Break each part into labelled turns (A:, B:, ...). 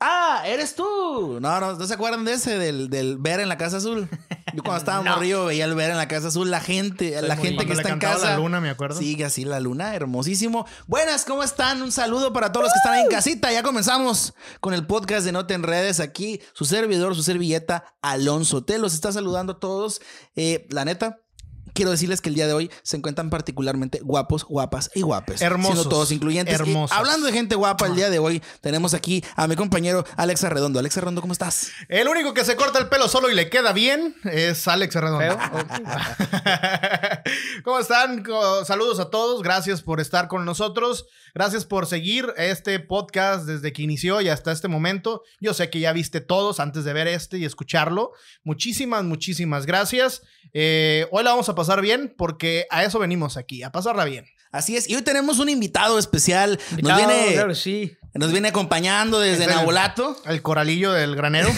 A: ¡Ah! ¡Eres tú! No, no, ¿no se acuerdan de ese? Del, del ver en la Casa Azul. Yo cuando estaba
B: No.
A: morrido veía el ver en la Casa Azul. La gente, la
B: Cuando
A: gente que
B: le
A: está en
B: cantaba
A: casa.
B: la luna, me acuerdo.
A: Sí, así la luna, hermosísimo. Buenas, ¿cómo están? Un saludo para todos los que están ahí en casita. Ya comenzamos con el podcast de No Te Enredes. Aquí su servidor, su servilleta, Alonso Te los está saludando a todos. Eh, la neta, quiero decirles que el día de hoy se encuentran particularmente guapos, guapas y guapes.
B: Hermosos.
A: Siendo todos incluyentes. Y
B: Hermosos.
A: hablando de gente guapa, el día de hoy tenemos aquí a mi compañero Alex Arredondo. Alex Arredondo, ¿cómo estás?
B: El único que se corta el pelo solo y le queda bien es Alex Redondo.
C: Feo. Ok.
B: ¿Cómo están? Co- Saludos a todos. Gracias por estar con nosotros. Gracias por seguir este podcast desde que inició y hasta este momento. Yo sé que ya viste todos antes de ver este y escucharlo. Muchísimas, muchísimas gracias. Eh, hoy la vamos a pasar bien porque a eso venimos aquí, a pasarla bien.
A: Así es. Y hoy tenemos un invitado especial. Nos
C: Claro,
A: viene,
C: claro, sí.
A: nos viene acompañando desde
B: Espera.
A: Nabolato.
B: El coralillo del granero.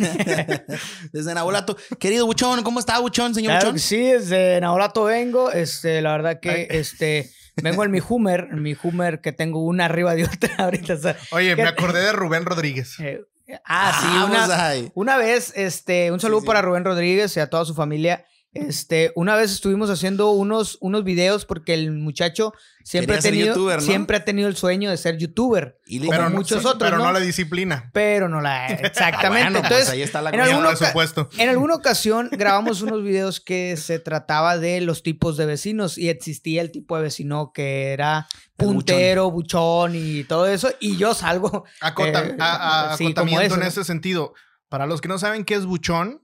A: Desde Nabolato. Querido Buchón, ¿cómo está Buchón, señor
C: Claro que
A: Buchón?
C: sí, desde Naurato vengo. Este, la verdad que este, vengo en mi Hummer, en mi Hummer que tengo una arriba de otra ahorita. o sea,
B: Oye, me
C: ¿Qué-
B: acordé de Rubén Rodríguez.
C: eh, ah, sí,
A: Vamos
C: una,
A: ahí.
C: Una vez, este, un saludo
A: sí.
C: para Rubén Rodríguez y a toda su familia. Este, una vez estuvimos haciendo unos, unos videos porque el muchacho siempre
A: Quería
C: ha
A: ser
C: tenido,
A: youtuber, ¿no?
C: siempre ha tenido el sueño de ser youtuber,
A: Y le-
C: como
B: Pero no-
C: muchos otros,
B: Pero
C: ¿no?
B: no la disciplina.
C: pero no la exactamente.
A: Bueno, pues
C: Entonces,
A: ahí está la
C: en
B: Ni el
C: alguna oca-
B: presupuesto.
C: en alguna ocasión grabamos unos videos que se trataba de los tipos de vecinos y existía el tipo de vecino que era
A: El buchón.
C: puntero, buchón y todo eso y yo salgo.
B: Acota-
C: Eh,
B: a- a-
C: sí, como
B: acotamiento en
C: ese.
B: ese sentido. Para los que no saben qué es buchón,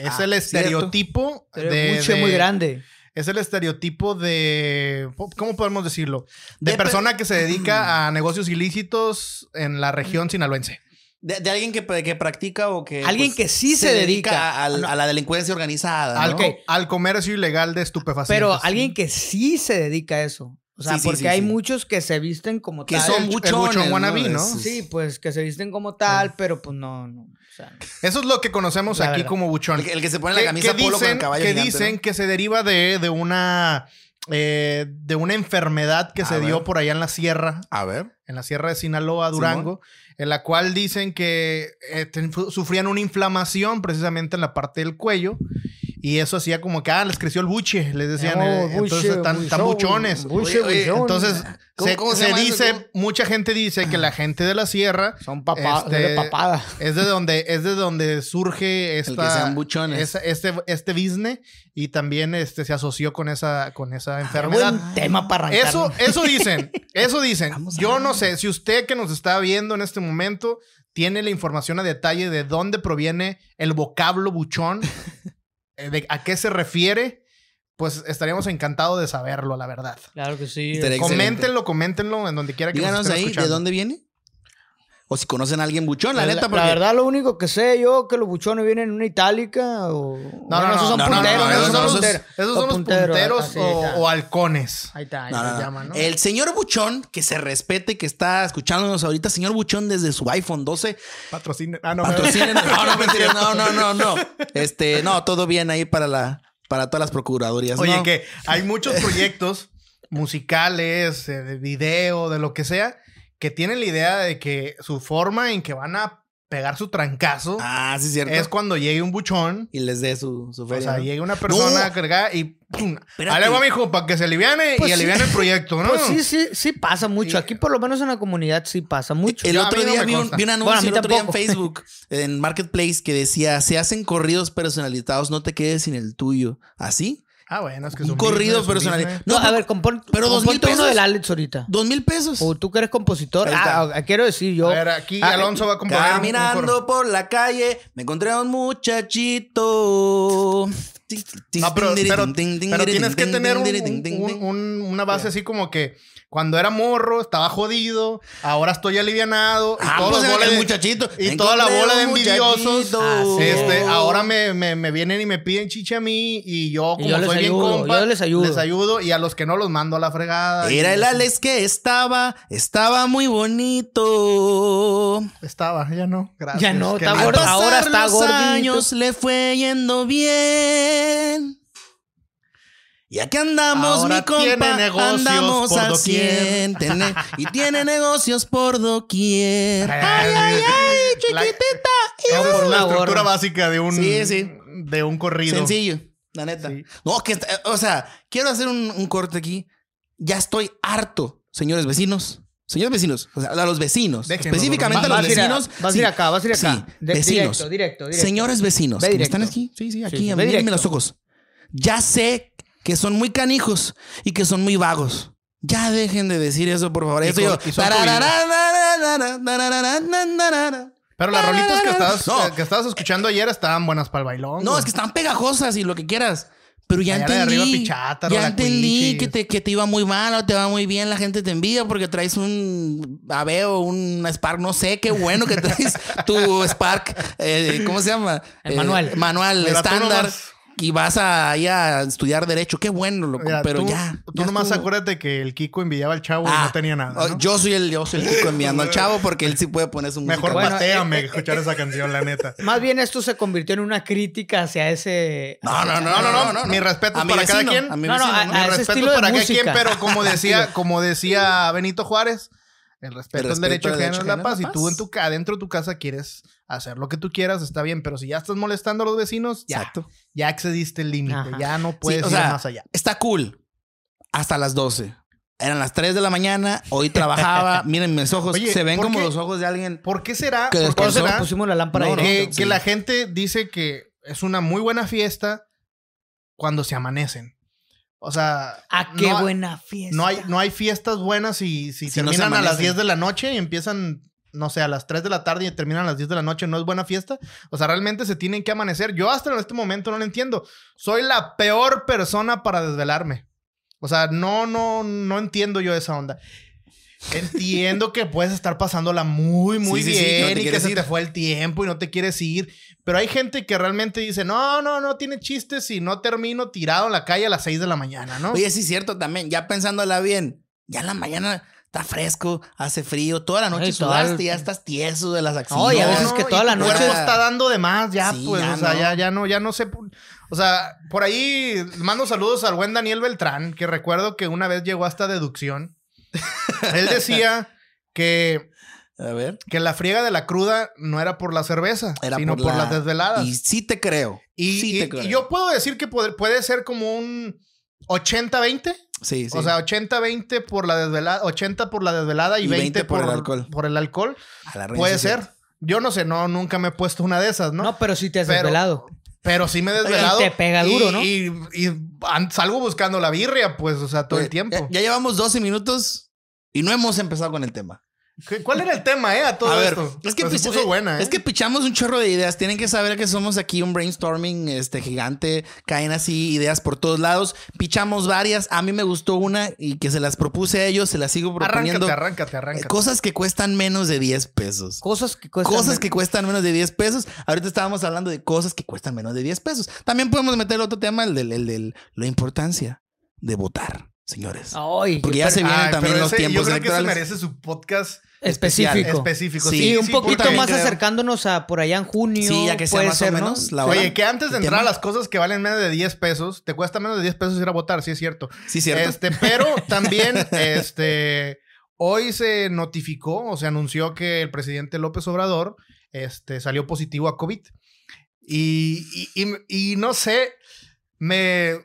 B: es
A: Ah,
B: el estereotipo
C: Pero
B: de,
C: buche
B: de-
C: muy grande.
B: Es el estereotipo de ¿cómo podemos decirlo? De,
A: De pe-
B: persona que se dedica a negocios ilícitos en la región sinaloense.
A: De, de alguien que, que practica o que.
C: Alguien que sí se, dedica, Ah,
A: a, pues, al- a la delincuencia organizada.
B: Al,
A: ¿no?
C: Ok.
B: al comercio ilegal de estupefacientes.
C: Pero alguien que sí se dedica a eso. O sea,
A: Sí, sí,
C: porque
A: sí,
C: hay
A: sí.
C: muchos que se visten como
A: Que
C: tal.
A: son
B: el
A: buchones.
B: buchón wannabe, ¿no?
A: Es-
C: Sí, pues que se visten como tal, pero pues no, no. o sea,
B: Eso es lo que conocemos
C: La
B: aquí
C: verdad.
B: como buchón.
A: El, que- el que se pone la camisa
B: que
A: polo con el
B: dicen,
A: caballo
B: que,
A: gigante,
B: dicen que se deriva de, de una eh, de una enfermedad que
A: Ah, A
B: se
A: ver.
B: dio por allá en la sierra
A: ¿no? A ver.
B: en la sierra de Sinaloa, Durango, en la cual dicen que eh, ten- fu- sufrían una inflamación precisamente en la parte del cuello y eso hacía como que, ah, les creció el buche, les
A: Oh,
B: decían, eh,
C: no,
B: entonces
C: buche,
B: están, están
C: buchón,
B: buchones.
C: buche,
A: Oye, oye,
C: buchón.
B: Entonces,
A: ¿Cómo-
B: se,
A: cómo se
B: se
A: llama eso?
B: dice,
A: ¿Cómo?
B: mucha gente dice que la gente de la sierra
C: son papá,
B: este,
C: de papada.
B: es de donde, es de donde surge esta,
A: que sean buchones.
B: esa- este, este business y también este, se asoció con esa, con
A: Ah,
B: esa enfermedad.
C: Buen tema para arrancar.
B: Eso,
C: ¿no?
B: eso dicen, eso dicen.
A: Vamos a
B: Yo
A: ver.
B: no sé si usted que nos está viendo en este momento tiene la información a detalle de dónde proviene el vocablo buchón, eh, de a qué se refiere, pues estaríamos encantados de saberlo, la verdad.
C: Claro que sí.
A: Estaría
C: es-
A: Excelente.
B: Coméntenlo, coméntenlo en donde quiera que nos
A: Díganos
B: estén
A: ahí de
B: escuchando.
A: dónde viene. O si conocen a alguien buchón, la, neta, porque.
C: la verdad, lo único que sé yo que los buchones vienen en una itálica o.
B: No, no, no,
C: esos son
A: no, no,
C: punteros,
A: no, no,
C: esos son
A: esos-
C: punteros.
B: Esos son los punteros
C: así, ahí
B: o,
C: está.
B: o halcones.
C: Ahí está, ahí
A: No,
C: está.
A: no, no.
B: llaman, ¿no?
C: Eh,
A: El señor Buchón, que se respete, que está escuchándonos ahorita, señor Buchón desde su iPhone 12,
B: Patrocina. Ah, no,
A: Patrocinen. No, no, mentira. No, no, no, no. Este, no, todo bien ahí para la, para todas las procuradurías.
B: Oye,
A: no.
B: que hay muchos proyectos musicales, eh, de video, de lo que sea, que tienen la idea de que su forma en que van a pegar su trancazo
A: Ah, sí, es cierto.
B: es Pues cuando llegue un buchón.
A: Y les dé su, su
B: O
A: feria.
B: sea,
A: ¿no?
B: llegue una persona
A: No.
B: cargada y ¡pum!
A: Espérate.
B: Alego a mi hijo para que se aliviane
C: Pues
B: y
C: sí.
B: aliviane el proyecto, ¿no?
C: Pues sí, sí, sí pasa mucho.
B: Sí.
C: Aquí, por lo menos en la comunidad, sí pasa mucho.
A: eh. El
B: Yo- a
A: otro
B: mí no
A: día
B: me
A: vi, un,
B: consta.
A: vi un
C: Bueno, a
A: anuncio
C: mí
A: el otro día en
C: tampoco.
A: Facebook, en Marketplace, que decía: se hacen corridos personalizados, no te quedes sin el tuyo. ¿Así?
B: Ah, bueno, es que es
A: un corrido
B: business, es un
A: personalizado.
B: business.
C: No,
A: No,
C: a ver, compon,
A: pero dos mil
C: componte uno
A: pesos.
C: del Alex ahorita.
A: dos mil pesos.
C: O tú que eres compositor.
A: Ahí está.
C: Ah, ah, quiero decir yo.
B: A ver, aquí
C: Ah,
B: Alonso va a componer. un- un corrido.
A: Caminando por la calle, me encontré a un muchachito.
B: No, pero, pero- pero tienes que tener un- un- un- una base así como que cuando era morro estaba jodido, ahora estoy alivianado.
A: Ah,
B: todos
A: pues
B: los
A: el-
B: goles
A: el
B: de-
A: muchachito.
B: Y
A: Me
B: toda la
A: encontré
B: bola de
A: un
B: envidiosos.
A: muchachito.
C: Así es.
B: Este, ahora me, me- me vienen y me piden chicha a mí y yo
C: Y
B: como
C: yo les
B: soy
C: ayudo,
B: bien compa,
C: yo les ayudo.
B: y a los que no los mando a la fregada.
A: Era
B: Y-
A: el Alex que estaba, estaba muy bonito.
B: Estaba, ya no. Gracias.
C: Ya no,
B: que
C: está
B: no.
A: Al
C: gordo.
A: pasar
C: ahora está
A: los
C: gordito.
A: años le fue yendo bien. Y aquí andamos,
B: Ahora
A: mi compa.
B: tiene negocios
A: andamos
B: por
A: al
B: doquier.
A: 100, tene- y tiene negocios por doquier.
B: Ay,
A: Ay, ay, ay,
B: La-
A: chiquitita.
B: Esa es
C: por
B: la
C: una
B: estructura
C: gorra.
B: básica de un,
A: Sí, sí.
B: De un corrido.
A: Sencillo, la neta.
B: Sí.
A: No, que, está- o sea, quiero hacer un, un corte aquí. Ya estoy harto, señores vecinos. Señores vecinos, o sea, a los vecinos.
B: Déjenos
A: específicamente
B: dormir.
A: a los
C: Vas a ir a-
A: vecinos.
C: vas a ir
A: sí.
C: acá, vas a ir acá.
A: Sí,
C: De-
A: vecinos.
C: Directo, directo, directo.
A: Señores vecinos,
C: Ve
A: que me
C: directo.
A: ¿están aquí? Sí, sí, aquí.
C: sí, ve
A: mírenme
C: directo.
A: los ojos. Ya sé que son muy canijos y que son muy vagos. Ya dejen de decir eso, por favor.
B: Y
A: Ya estoy
B: con-
A: yo.
B: y son Pero las rolitas que estabas,
A: No.
B: que estabas escuchando ayer estaban buenas para el bailón.
A: No,
B: güey.
A: es que están pegajosas y lo que quieras. Pero ya
B: Allá de
A: entendí.
B: arriba, Pichátaro,
A: ya
B: la
A: entendí
B: Cuichi.
A: que te, que te iba muy mal o te va muy bien. La gente te envidia porque traes un Aveo, un Spark. No sé qué bueno que traes tu Spark. eh, ¿Cómo se llama?
C: El
A: Eh,
C: manual.
A: manual
B: Mira, tú
A: estándar.
B: nomás-
A: Y vas a, ahí a estudiar Derecho. Qué bueno, loco.
B: Mira,
A: pero
B: tú,
A: ya.
B: Tú
A: ya
B: nomás
A: estuvo.
B: acuérdate que el Kiko envidiaba al chavo y
A: Ah,
B: no tenía nada.
A: oh,
B: ¿no?
A: Yo soy el, yo soy el chico enviando al chavo porque él sí puede poner su música.
B: Mejor
C: Bueno,
B: pateame
C: eh, eh,
B: escuchar esa canción, la neta.
C: Más bien esto se convirtió en una crítica hacia ese...
A: No, no, no,
B: No, no, no.
A: no, no.
B: Mi respeto
A: A mi
B: para cada
A: vecino,
B: quien.
A: a mi
C: No, no,
A: vecino,
C: a-
A: ¿no?
C: a-
B: Mi
C: ese
B: respeto
C: estilo de
B: para cada
C: música.
B: quien, pero como decía, como decía Benito Juárez, el respeto
A: El
B: al
A: respeto
B: derecho
A: al
B: ajeno
A: derecho
B: es la
A: ajeno
B: paz. Y tú en tu ca- adentro de tu casa quieres hacer lo que tú quieras, está bien, pero si ya estás molestando a los vecinos, ya,
A: Exacto.
B: ya excediste el límite,
C: Ajá.
B: ya no puedes
A: o
B: ir
A: sea,
B: más allá.
A: Está cool. Hasta las 12. Eran las 3 de la mañana. Hoy trabajaba. Miren mis ojos.
B: Oye,
A: se ven
B: ¿por
A: como
B: qué?
A: los ojos de alguien.
B: ¿Por qué será?
A: Que
B: ¿Por qué
C: Por eso
B: será
C: pusimos la lámpara
A: No, no,
C: directa.
B: que,
A: pues, sí.
B: que la gente dice que es una muy buena fiesta cuando se amanecen? O sea,
C: Ah, qué
B: no-
C: buena fiesta.
B: No hay, no hay fiestas buenas si, si,
A: Si no se
B: terminan a las
A: amanecen.
B: 10 de la noche y empiezan, no sé, a las 3 de la tarde y terminan a las 10 de la noche. No es buena fiesta. O sea, realmente se tienen que amanecer. Yo hasta en este momento no lo entiendo. Soy la peor persona para desvelarme. O sea, no, no, no entiendo yo esa onda. Entiendo que puedes estar pasándola muy, muy
A: Sí, sí, sí, que no
B: bien
A: te
B: y que
A: quieres
B: se
A: ir.
B: te fue el tiempo y no te quieres ir. Pero hay gente que realmente dice, no, no, no tiene chistes si no termino tirado en la calle a las 6 de la mañana, ¿no?
A: Oye, sí, cierto también. Ya pensándola bien. Ya en la mañana está fresco, hace frío. Toda la noche
C: Ay, toda-
A: sudaste. Ya estás tieso de las axilas.
C: No, y a
B: No,
C: veces
B: no,
C: que
B: y
C: toda la
B: tu
C: noche-
B: cuerpo está dando de más, ya,
A: Sí,
B: pues,
A: ya
B: o sea,
A: no.
B: ya, ya no, ya no sé. pu- O sea, por ahí mando saludos al buen Daniel Beltrán, que recuerdo que una vez llegó hasta deducción. Él decía que,
A: A ver.
B: que la friega de la cruda no era por la cerveza,
A: Era
B: sino por,
A: por la-
B: las desveladas.
A: Y
B: Y,
A: sí te creo. sí
B: y-
A: te
B: y
A: creo.
B: yo puedo decir que puede, puede ser como un 80-20.
A: Sí, sí.
B: O sea, 80-20 por la desvelada, 80 por la desvelada y, 20, por, el alcohol. Por el alcohol.
A: A la reina,
B: Puede
A: sí,
B: ser.
A: sí.
B: Yo no sé, no, nunca me he puesto una de esas, ¿no?
C: ¿no? pero sí te has
B: Pero-
C: desvelado.
B: Pero sí me he desvelado.
C: Y te pega
B: Y-
C: duro, ¿no?
B: Y, y an- salgo buscando la birria, pues, o sea, todo el
A: Oye,
B: tiempo.
A: Ya, ya llevamos 12 minutos y no hemos empezado con el tema.
B: ¿Qué- ¿Cuál era el tema, eh? A todo
A: a ver,
B: esto.
A: es que,
B: Pero se
A: picha-
B: puso buena, ¿eh?
A: es que pichamos un chorro de ideas. Tienen que saber que somos aquí un brainstorming este, gigante. Caen así ideas por todos lados. Pichamos varias. A mí me gustó una y que se las propuse a ellos. Se las sigo proponiendo.
B: Arráncate, arráncate,
A: Eh,
B: arráncate.
A: Cosas que cuestan menos de 10 pesos.
C: Cosas que cuestan-
A: Cosas que cuestan menos de 10 pesos. Ahorita estábamos hablando de cosas que cuestan menos de 10 pesos. También podemos meter otro tema, el de la importancia de votar, señores.
C: Ay,
A: Porque ya se vienen
B: Ay,
A: también
B: pero
A: los
B: ese-
A: tiempos
B: Yo creo que se
A: electorales.
B: merece su podcast
C: específico.
B: específico.
A: Sí,
B: Sí,
C: y un
B: sí,
C: poquito
B: porque-
A: también
C: más
A: creo.
C: acercándonos a por allá en junio.
A: Sí, ya que sea
C: puede
A: más
C: ser,
A: o
C: ¿no?
A: menos la hora.
B: Oye, que antes de
A: el
B: entrar a
A: tema.
B: las cosas que valen menos de 10 pesos, te cuesta menos de 10 pesos ir a votar, sí es cierto.
A: Sí, cierto.
B: Este, pero también, este, hoy se notificó o se anunció que el presidente López Obrador, este, salió positivo a COVID. Y, y- y- y no sé, me,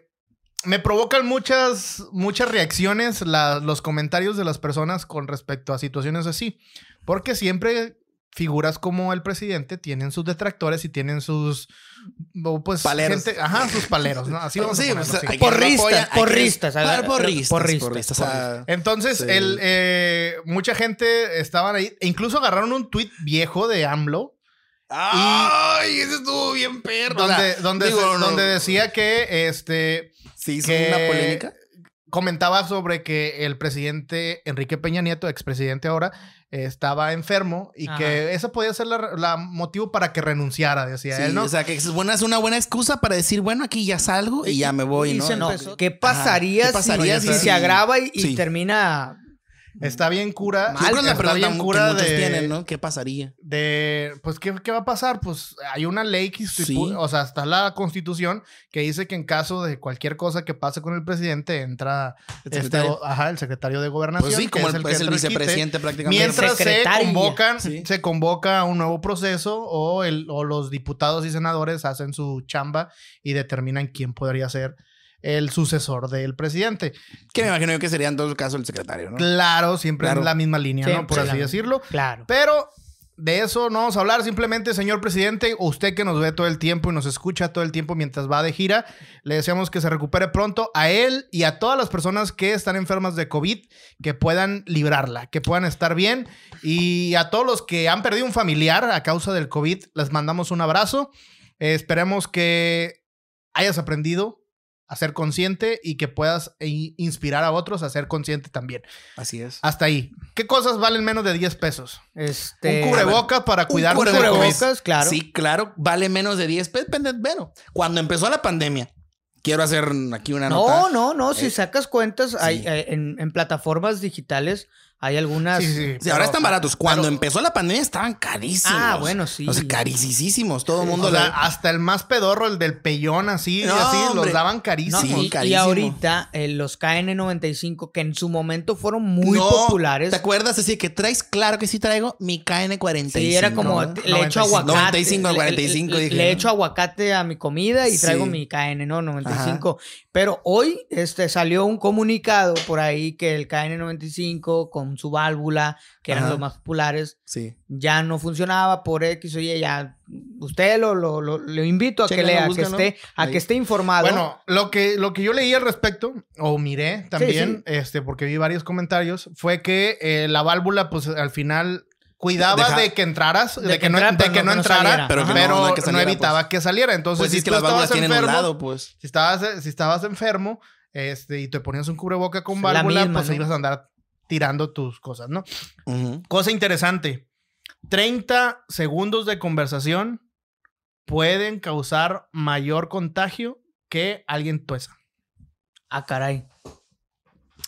B: me provocan muchas, muchas reacciones la- los comentarios de las personas con respecto a situaciones así. Porque siempre figuras como el presidente tienen sus detractores y tienen sus o pues
A: Paleros.
B: gente- ajá, sus paleros, ¿no? Así vamos a
A: Sí,
B: ponerlo,
A: pues,
B: sí.
A: hay que-
C: Porristas,
A: Apoya- hay que-
C: porristas. a
A: Para
C: ver,
A: porristas,
C: porristas,
A: porristas, o sea,
B: Entonces,
A: Sí.
B: el, eh, mucha gente estaban ahí. E incluso agarraron un tuit viejo de AMLO.
A: Ay, ese estuvo bien perro.
B: Donde,
A: O sea,
B: donde,
A: digo,
B: se-
A: no,
B: donde decía que este
A: se hizo
B: que-
A: una polémica.
B: comentaba sobre que el presidente Enrique Peña Nieto, expresidente ahora, eh, estaba enfermo y
C: Ajá.
B: que esa podía ser la, la motivo para que renunciara, decía
A: Sí,
B: él, ¿no?
A: O sea, que es, buena, es una buena excusa para decir, bueno, aquí ya salgo y ya me voy,
C: Y
A: ¿no?
C: se
A: No,
C: empezó- ¿Qué pasaría,
A: ¿Qué pasaría
C: si,
A: si-
C: si se agrava y, y
A: Sí.
C: termina
B: Está bien cura.
A: Mal, es
B: está
A: la pregunta
B: bien
A: mu-
B: cura
A: que muchos
B: de,
A: tienen, ¿no? ¿Qué pasaría?
B: de, pues, ¿qué, qué va a pasar? Pues hay una ley que estipu-
A: Sí.
B: o sea, está la constitución que dice que en caso de cualquier cosa que pase con el presidente, entra
A: El
B: este,
A: secretario.
B: o- ajá, el secretario de gobernación.
A: Pues sí,
B: que
A: como el,
B: que
A: es el
B: entra al quite.
A: vicepresidente prácticamente.
B: Mientras se
C: Secretaria.
B: convocan,
A: Sí.
B: se convoca un nuevo proceso o, el, o los diputados y senadores hacen su chamba y determinan quién podría ser el sucesor del presidente.
A: que me imagino yo que sería en todo caso el secretario, ¿no?
B: Claro, siempre
A: Claro.
B: en la misma línea,
C: Sí,
B: ¿no? Por
C: sí,
B: así
C: claro.
B: decirlo.
C: Claro.
B: Pero de eso no vamos a hablar. Simplemente, señor presidente, usted que nos ve todo el tiempo y nos escucha todo el tiempo mientras va de gira, le deseamos que se recupere pronto a él y a todas las personas que están enfermas de COVID, que puedan librarla, que puedan estar bien. Y a todos los que han perdido un familiar a causa del COVID, les mandamos un abrazo. Eh, esperemos que hayas aprendido a ser consciente y que puedas eh, inspirar a otros a ser consciente también.
A: Así es.
B: Hasta ahí. ¿Qué cosas valen menos de 10 pesos?
C: Este,
B: un cubrebocas para cuidar
A: cubrebocas.
B: del COVID.
C: cubrebocas, claro.
A: Sí, claro, vale menos de 10 pesos. depende- Bueno, cuando empezó la pandemia, quiero hacer aquí una nota.
C: No, no, no. Si
A: Eh,
C: sacas cuentas, hay,
A: sí.
C: eh, en, en plataformas digitales hay algunas.
B: Sí, sí, sí.
A: Sí, ahora
B: Pero-
A: están baratos. Cuando
B: pero-
A: empezó la pandemia estaban carísimos.
C: Ah, bueno, sí.
A: O sea, carísimos. Todo el mundo
B: O sea,
A: la-
B: hasta el más pedorro, el del pellón, así,
A: No,
B: así,
A: hombre.
B: los daban
C: No,
B: carísimos.
A: Sí,
C: y- y,
A: carísimo.
C: ahorita eh, los KN95, que en su momento fueron muy
A: No,
C: populares.
A: ¿Te acuerdas? Así que traes, claro que sí traigo mi KN45.
C: Sí, era como
A: ¿no?
C: t- le
B: 95,
C: echo aguacate.
A: 95,
C: le- le-
A: 45,
C: le,
A: dije,
C: le
A: ¿no?
C: echo aguacate a mi comida y
A: Sí.
C: traigo mi KN, ¿no? 95. Pero hoy este, salió un comunicado por ahí que el KN95 con su válvula, que eran
A: Ajá.
C: los más populares,
A: Sí.
C: ya no funcionaba por X o Y, ya usted lo, lo, lo- lo invito a
A: Chéquenlo,
C: que lea, que
A: búsquenlo.
C: esté, a
A: Ahí.
C: que esté informado.
B: Bueno, lo que, lo que yo leí al respecto, o miré también,
C: sí.
B: este, porque vi varios comentarios, fue que eh, la válvula, pues al final cuidaba
A: Deja-
B: de que entraras, de,
C: de que
B: que, no,
C: entrara,
B: de
C: pero
B: que
C: no-
B: no
C: que no
B: entrara,
C: saliera.
B: pero,
A: Pero que no- no que
B: no
A: saliera,
B: evitaba
A: pues.
B: que saliera. Entonces,
A: Pues sí,
B: si
A: es que
B: tú
A: las válvulas
B: estabas
A: tienen un
B: enfermo,
A: lado, pues.
B: si estabas, si estabas enfermo este, y te ponías un cubreboca con
C: La
B: válvula,
C: misma,
B: pues
C: ¿no?
B: ibas a andar tirando tus cosas, ¿no?
A: Ujú.
B: Cosa interesante. 30 segundos de conversación pueden causar mayor contagio que alguien tuesa.
C: ah, caray.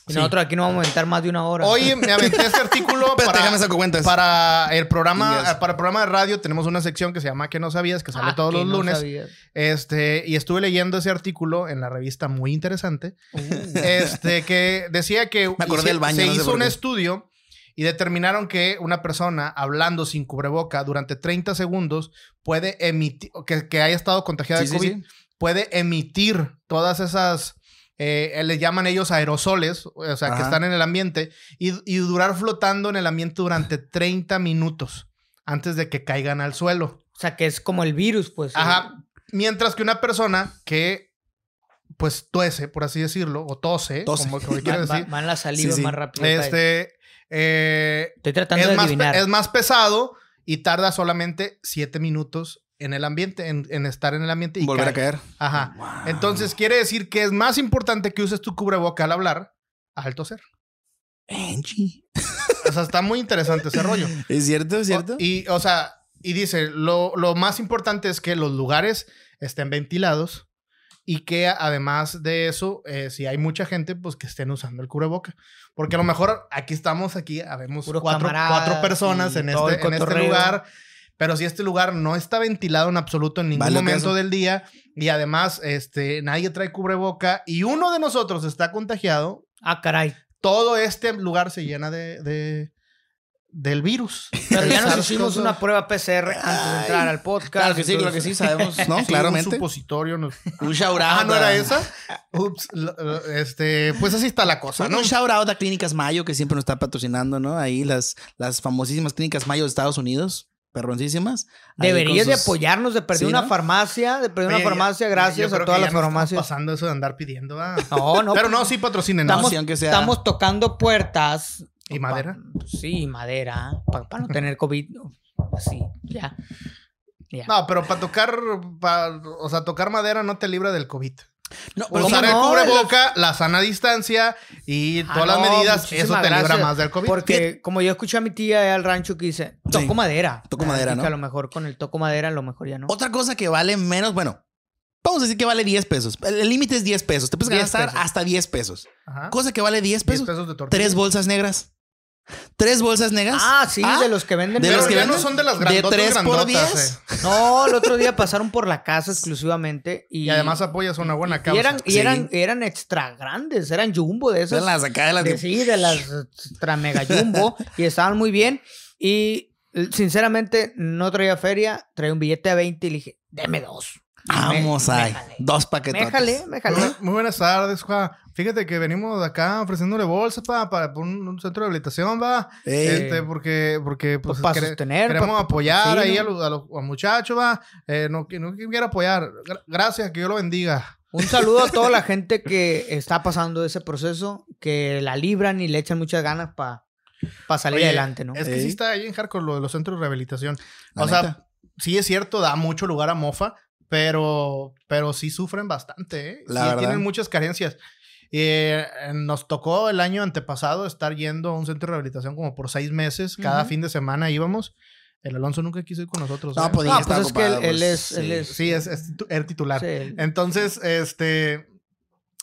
C: Y
B: Sí.
C: nosotros aquí no vamos a inventar más de una hora.
B: Oye, me aventé este artículo
A: Espérate, déjame
B: para,
A: saco cuentas.
B: para el programa
A: Ingas.
B: para el programa de radio tenemos una sección que se llama que no sabías que sale
C: Ah,
B: todos
C: que
B: los
C: no
B: lunes.
C: sabía.
B: Este, y estuve leyendo ese artículo en la revista muy interesante.
C: Uh.
B: este, que decía que
A: Me acordé
B: hice-
A: del baño,
B: se
A: no sé
B: hizo
A: por
B: un
A: qué.
B: estudio y determinaron que una persona hablando sin cubreboca durante 30 segundos puede emitir, que, que haya estado contagiada
A: Sí,
B: de
A: sí, sí.
B: COVID, puede emitir todas esas, eh, eh, le llaman ellos aerosoles, o sea, que
A: Ajá.
B: están en el ambiente, y, y durar flotando en el ambiente durante 30 minutos antes de que caigan al suelo.
C: O sea, que es como el virus, pues.
B: Ajá. Mientras que una persona que, pues, tuese, por así decirlo, o tose,
A: Tose.
B: como, como
C: eh,
B: quiero
C: va- va-
B: decir,
C: van la saliva
A: Sí, sí.
C: más rápido.
B: este, eh,
C: Estoy tratando
B: es,
C: de
B: más,
C: adivinar.
B: pe- es más pesado y tarda solamente 7 minutos en el ambiente, en, en estar en el ambiente y
A: Volver a
B: cae.
A: caer. Ah.
B: Ajá.
C: Ah,
A: Wow.
B: Entonces quiere decir que es más importante que uses tu cubreboca al hablar al toser.
A: Angie.
B: O sea, está muy interesante ese rollo.
A: ¿Es cierto? ¿Es cierto?
B: O- y, o sea, y dice, lo, lo más importante es que los lugares estén ventilados y que a- además de eso, eh, si hay mucha gente, pues que estén usando el cubreboca. Porque a lo mejor aquí estamos, aquí habemos
C: Puros
B: cuatro,
C: camaradas
B: cuatro personas
C: y
B: en
C: todo
B: este,
C: el
B: en este
C: cotorreo.
B: lugar. Pero si este lugar no está ventilado en absoluto en ningún
A: Vale,
B: momento
A: eso.
B: del día y además este, nadie trae cubreboca y uno de nosotros está contagiado,
C: Ah, caray.
B: todo este lugar se llena de, de- del virus.
C: Pero ya nos
B: SARS-CoV-2.
C: hicimos una prueba PCR antes de entrar al podcast.
A: Claro que sí, claro que sí, sabemos, ¿no?
B: Sí, Un
A: Claramente.
B: supositorio. nos-
A: Un shout
B: Ah, ¿no era esa? Ups. lo- lo- Este, pues así está la cosa, ¿no?
A: Un shout out a Clínicas Mayo, que siempre nos está patrocinando, ¿no? Ahí las, las famosísimas Clínicas Mayo de Estados Unidos, perroncísimas. Ahí
C: Deberías
A: con
C: de
A: sus-
C: apoyarnos, de perder
A: Sí,
C: una
A: ¿no?
C: farmacia, de perder
B: Oye,
C: una
B: ya-
C: farmacia,
B: ya- yo
C: gracias
B: creo
C: a
B: que
C: todas
B: ya
C: las
B: no está
C: farmacias.
B: pasando eso de andar pidiendo. ah.
C: No, no.
B: Pero no, sí patrocinen.
A: Estamos-
C: estamos,
A: sí, aunque sea-
C: estamos tocando puertas.
B: ¿Y madera?
C: Pa- sí, y madera. Para no tener COVID. Así, ya. Ya.
B: No, pero para tocar, pa- o sea, tocar madera no te libra del COVID.
A: No, pero
C: Pues,
B: Usar
A: ¿cómo no?
B: el cubreboca, la sana distancia y
C: Ah,
B: todas las
C: no,
B: medidas,
C: muchísimas
B: eso te libra
C: gracias.
B: más del COVID.
C: Porque como yo escuché a mi tía allá al rancho que dice, toco
A: Sí.
C: madera.
A: Toco
C: Ah,
A: madera,
C: así
A: ¿no?
C: que A lo mejor con el toco madera, a lo mejor ya no.
A: Otra cosa que vale menos, bueno, vamos a decir que vale 10 pesos. El el límite es 10 pesos. Te puedes
C: 10
A: gastar
C: pesos.
A: hasta 10 pesos.
B: Ajá.
A: Cosa que vale 10
B: 10
A: pesos.
B: de tortilla.
A: Tres bolsas negras. ¿Tres bolsas negras?
C: Ah, sí,
A: Ah,
C: de los que venden.
A: de
B: Pero
A: los que
B: ya
A: venden
B: no son de las
A: de
B: grandotas,
A: tres por
B: grandotas,
A: diez.
B: eh.
C: No, el otro día pasaron por la casa exclusivamente y,
B: Y además apoyas una buena causa.
C: y eran y
A: Sí.
C: eran eran extra grandes, eran jumbo de esas.
A: Son las acá de las
C: de,
A: que-
C: sí, de las extra mega jumbo y estaban muy bien y eh, sinceramente no traía feria, traía un billete de 20 y le dije, "Deme dos." Y me-
A: Vamos
C: me
A: ahí.
C: jalé.
A: Dos paquetes.
C: Me jalé, me Pues
B: Muy,
C: jalé.
B: muy buenas tardes, Juan. Fíjate que venimos de acá ofreciéndole bolsas pa, para un, un centro de habilitación, va.
A: Ey.
B: Este, porque, porque pues,
C: Pues, para
B: quere-
C: sostener,
B: queremos
C: pa-
B: apoyar
C: sí,
B: ahí
C: ¿no?
B: a los, a los- a los muchachos, va. Eh, no, que- no que quiera apoyar. Gra- Gracias, que Dios lo bendiga.
C: Un saludo a toda la gente que está pasando ese proceso, que la libran y le echan muchas ganas para salir
B: Oye,
C: adelante, ¿no?
B: Es que
A: Ey.
B: sí está ahí en hardcore lo de los centros de rehabilitación.
A: La
B: o sea,
A: neta.
B: sí es cierto, da mucho lugar a mofa, pero, pero sí sufren bastante, ¿eh?
A: La
B: Sí
A: verdad.
B: tienen muchas carencias. Eh, nos tocó el año antepasado estar yendo a un centro de rehabilitación como por seis meses, cada
C: Ujú.
B: fin de semana íbamos. El Alonso nunca quiso ir con nosotros.
A: No,
B: ¿eh?
A: podía
C: Ah,
A: estar
C: pues es que él-
A: ocupado,
C: él
A: pues,
C: es- él
A: sí.
C: es-
B: Sí, es, es titu- era titular.
C: Sí.
B: Entonces, este.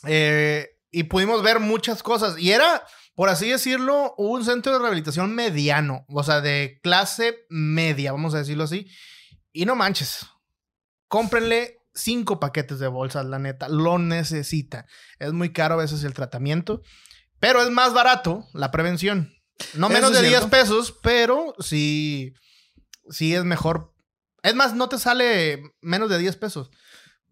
B: eh, y pudimos ver muchas cosas. Y era, por así decirlo, un centro de rehabilitación mediano. O sea, de clase media, vamos a decirlo así. Y no manches. Cómprenle cinco paquetes de bolsas, la neta. Lo necesita. Es muy caro a veces el tratamiento. Pero es más barato la prevención. No
A: Eso
B: menos
A: es
B: de 10
A: cierto.
B: pesos, pero sí. Sí es mejor. Es más, no te sale menos de 10 pesos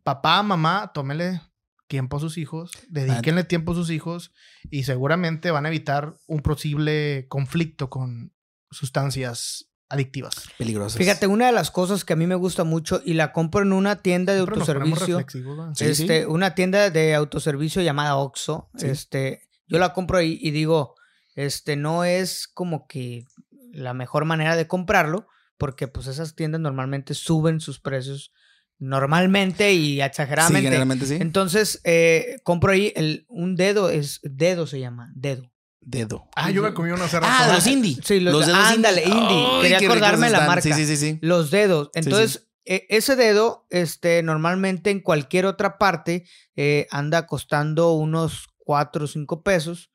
B: papá, mamá, tómele tiempo a sus hijos, dedíquenle tiempo a sus hijos y seguramente van a evitar un posible conflicto con sustancias adictivas.
A: Peligrosas.
C: Fíjate, una de las cosas que a mí me gusta mucho y la compro en una tienda de
B: Siempre nos ponemos
C: autoservicio,
B: reflexivos, ¿va?
A: Sí,
C: este, una tienda de autoservicio llamada Oxxo,
A: Sí.
C: este, yo la compro ahí y digo, este, no es como que la mejor manera de comprarlo, porque pues esas tiendas normalmente suben sus precios normalmente y
A: Sí,
C: exageradamente.
A: generalmente sí.
C: Entonces, eh, compro ahí el, un dedo, es dedo se llama, dedo.
A: Dedo.
B: Ah, yo me comí una hace
A: Ah, de
B: rato.
A: los indie.
C: Sí, los- ándale, indie.
A: Ay,
C: Quería
A: qué ricos
C: acordarme la
A: están.
C: marca.
A: Sí, sí, sí, sí.
C: Los dedos.
A: sí.
C: Entonces, e- ese dedo, este, normalmente en cualquier otra parte, eh, anda costando unos 4 o 5 pesos,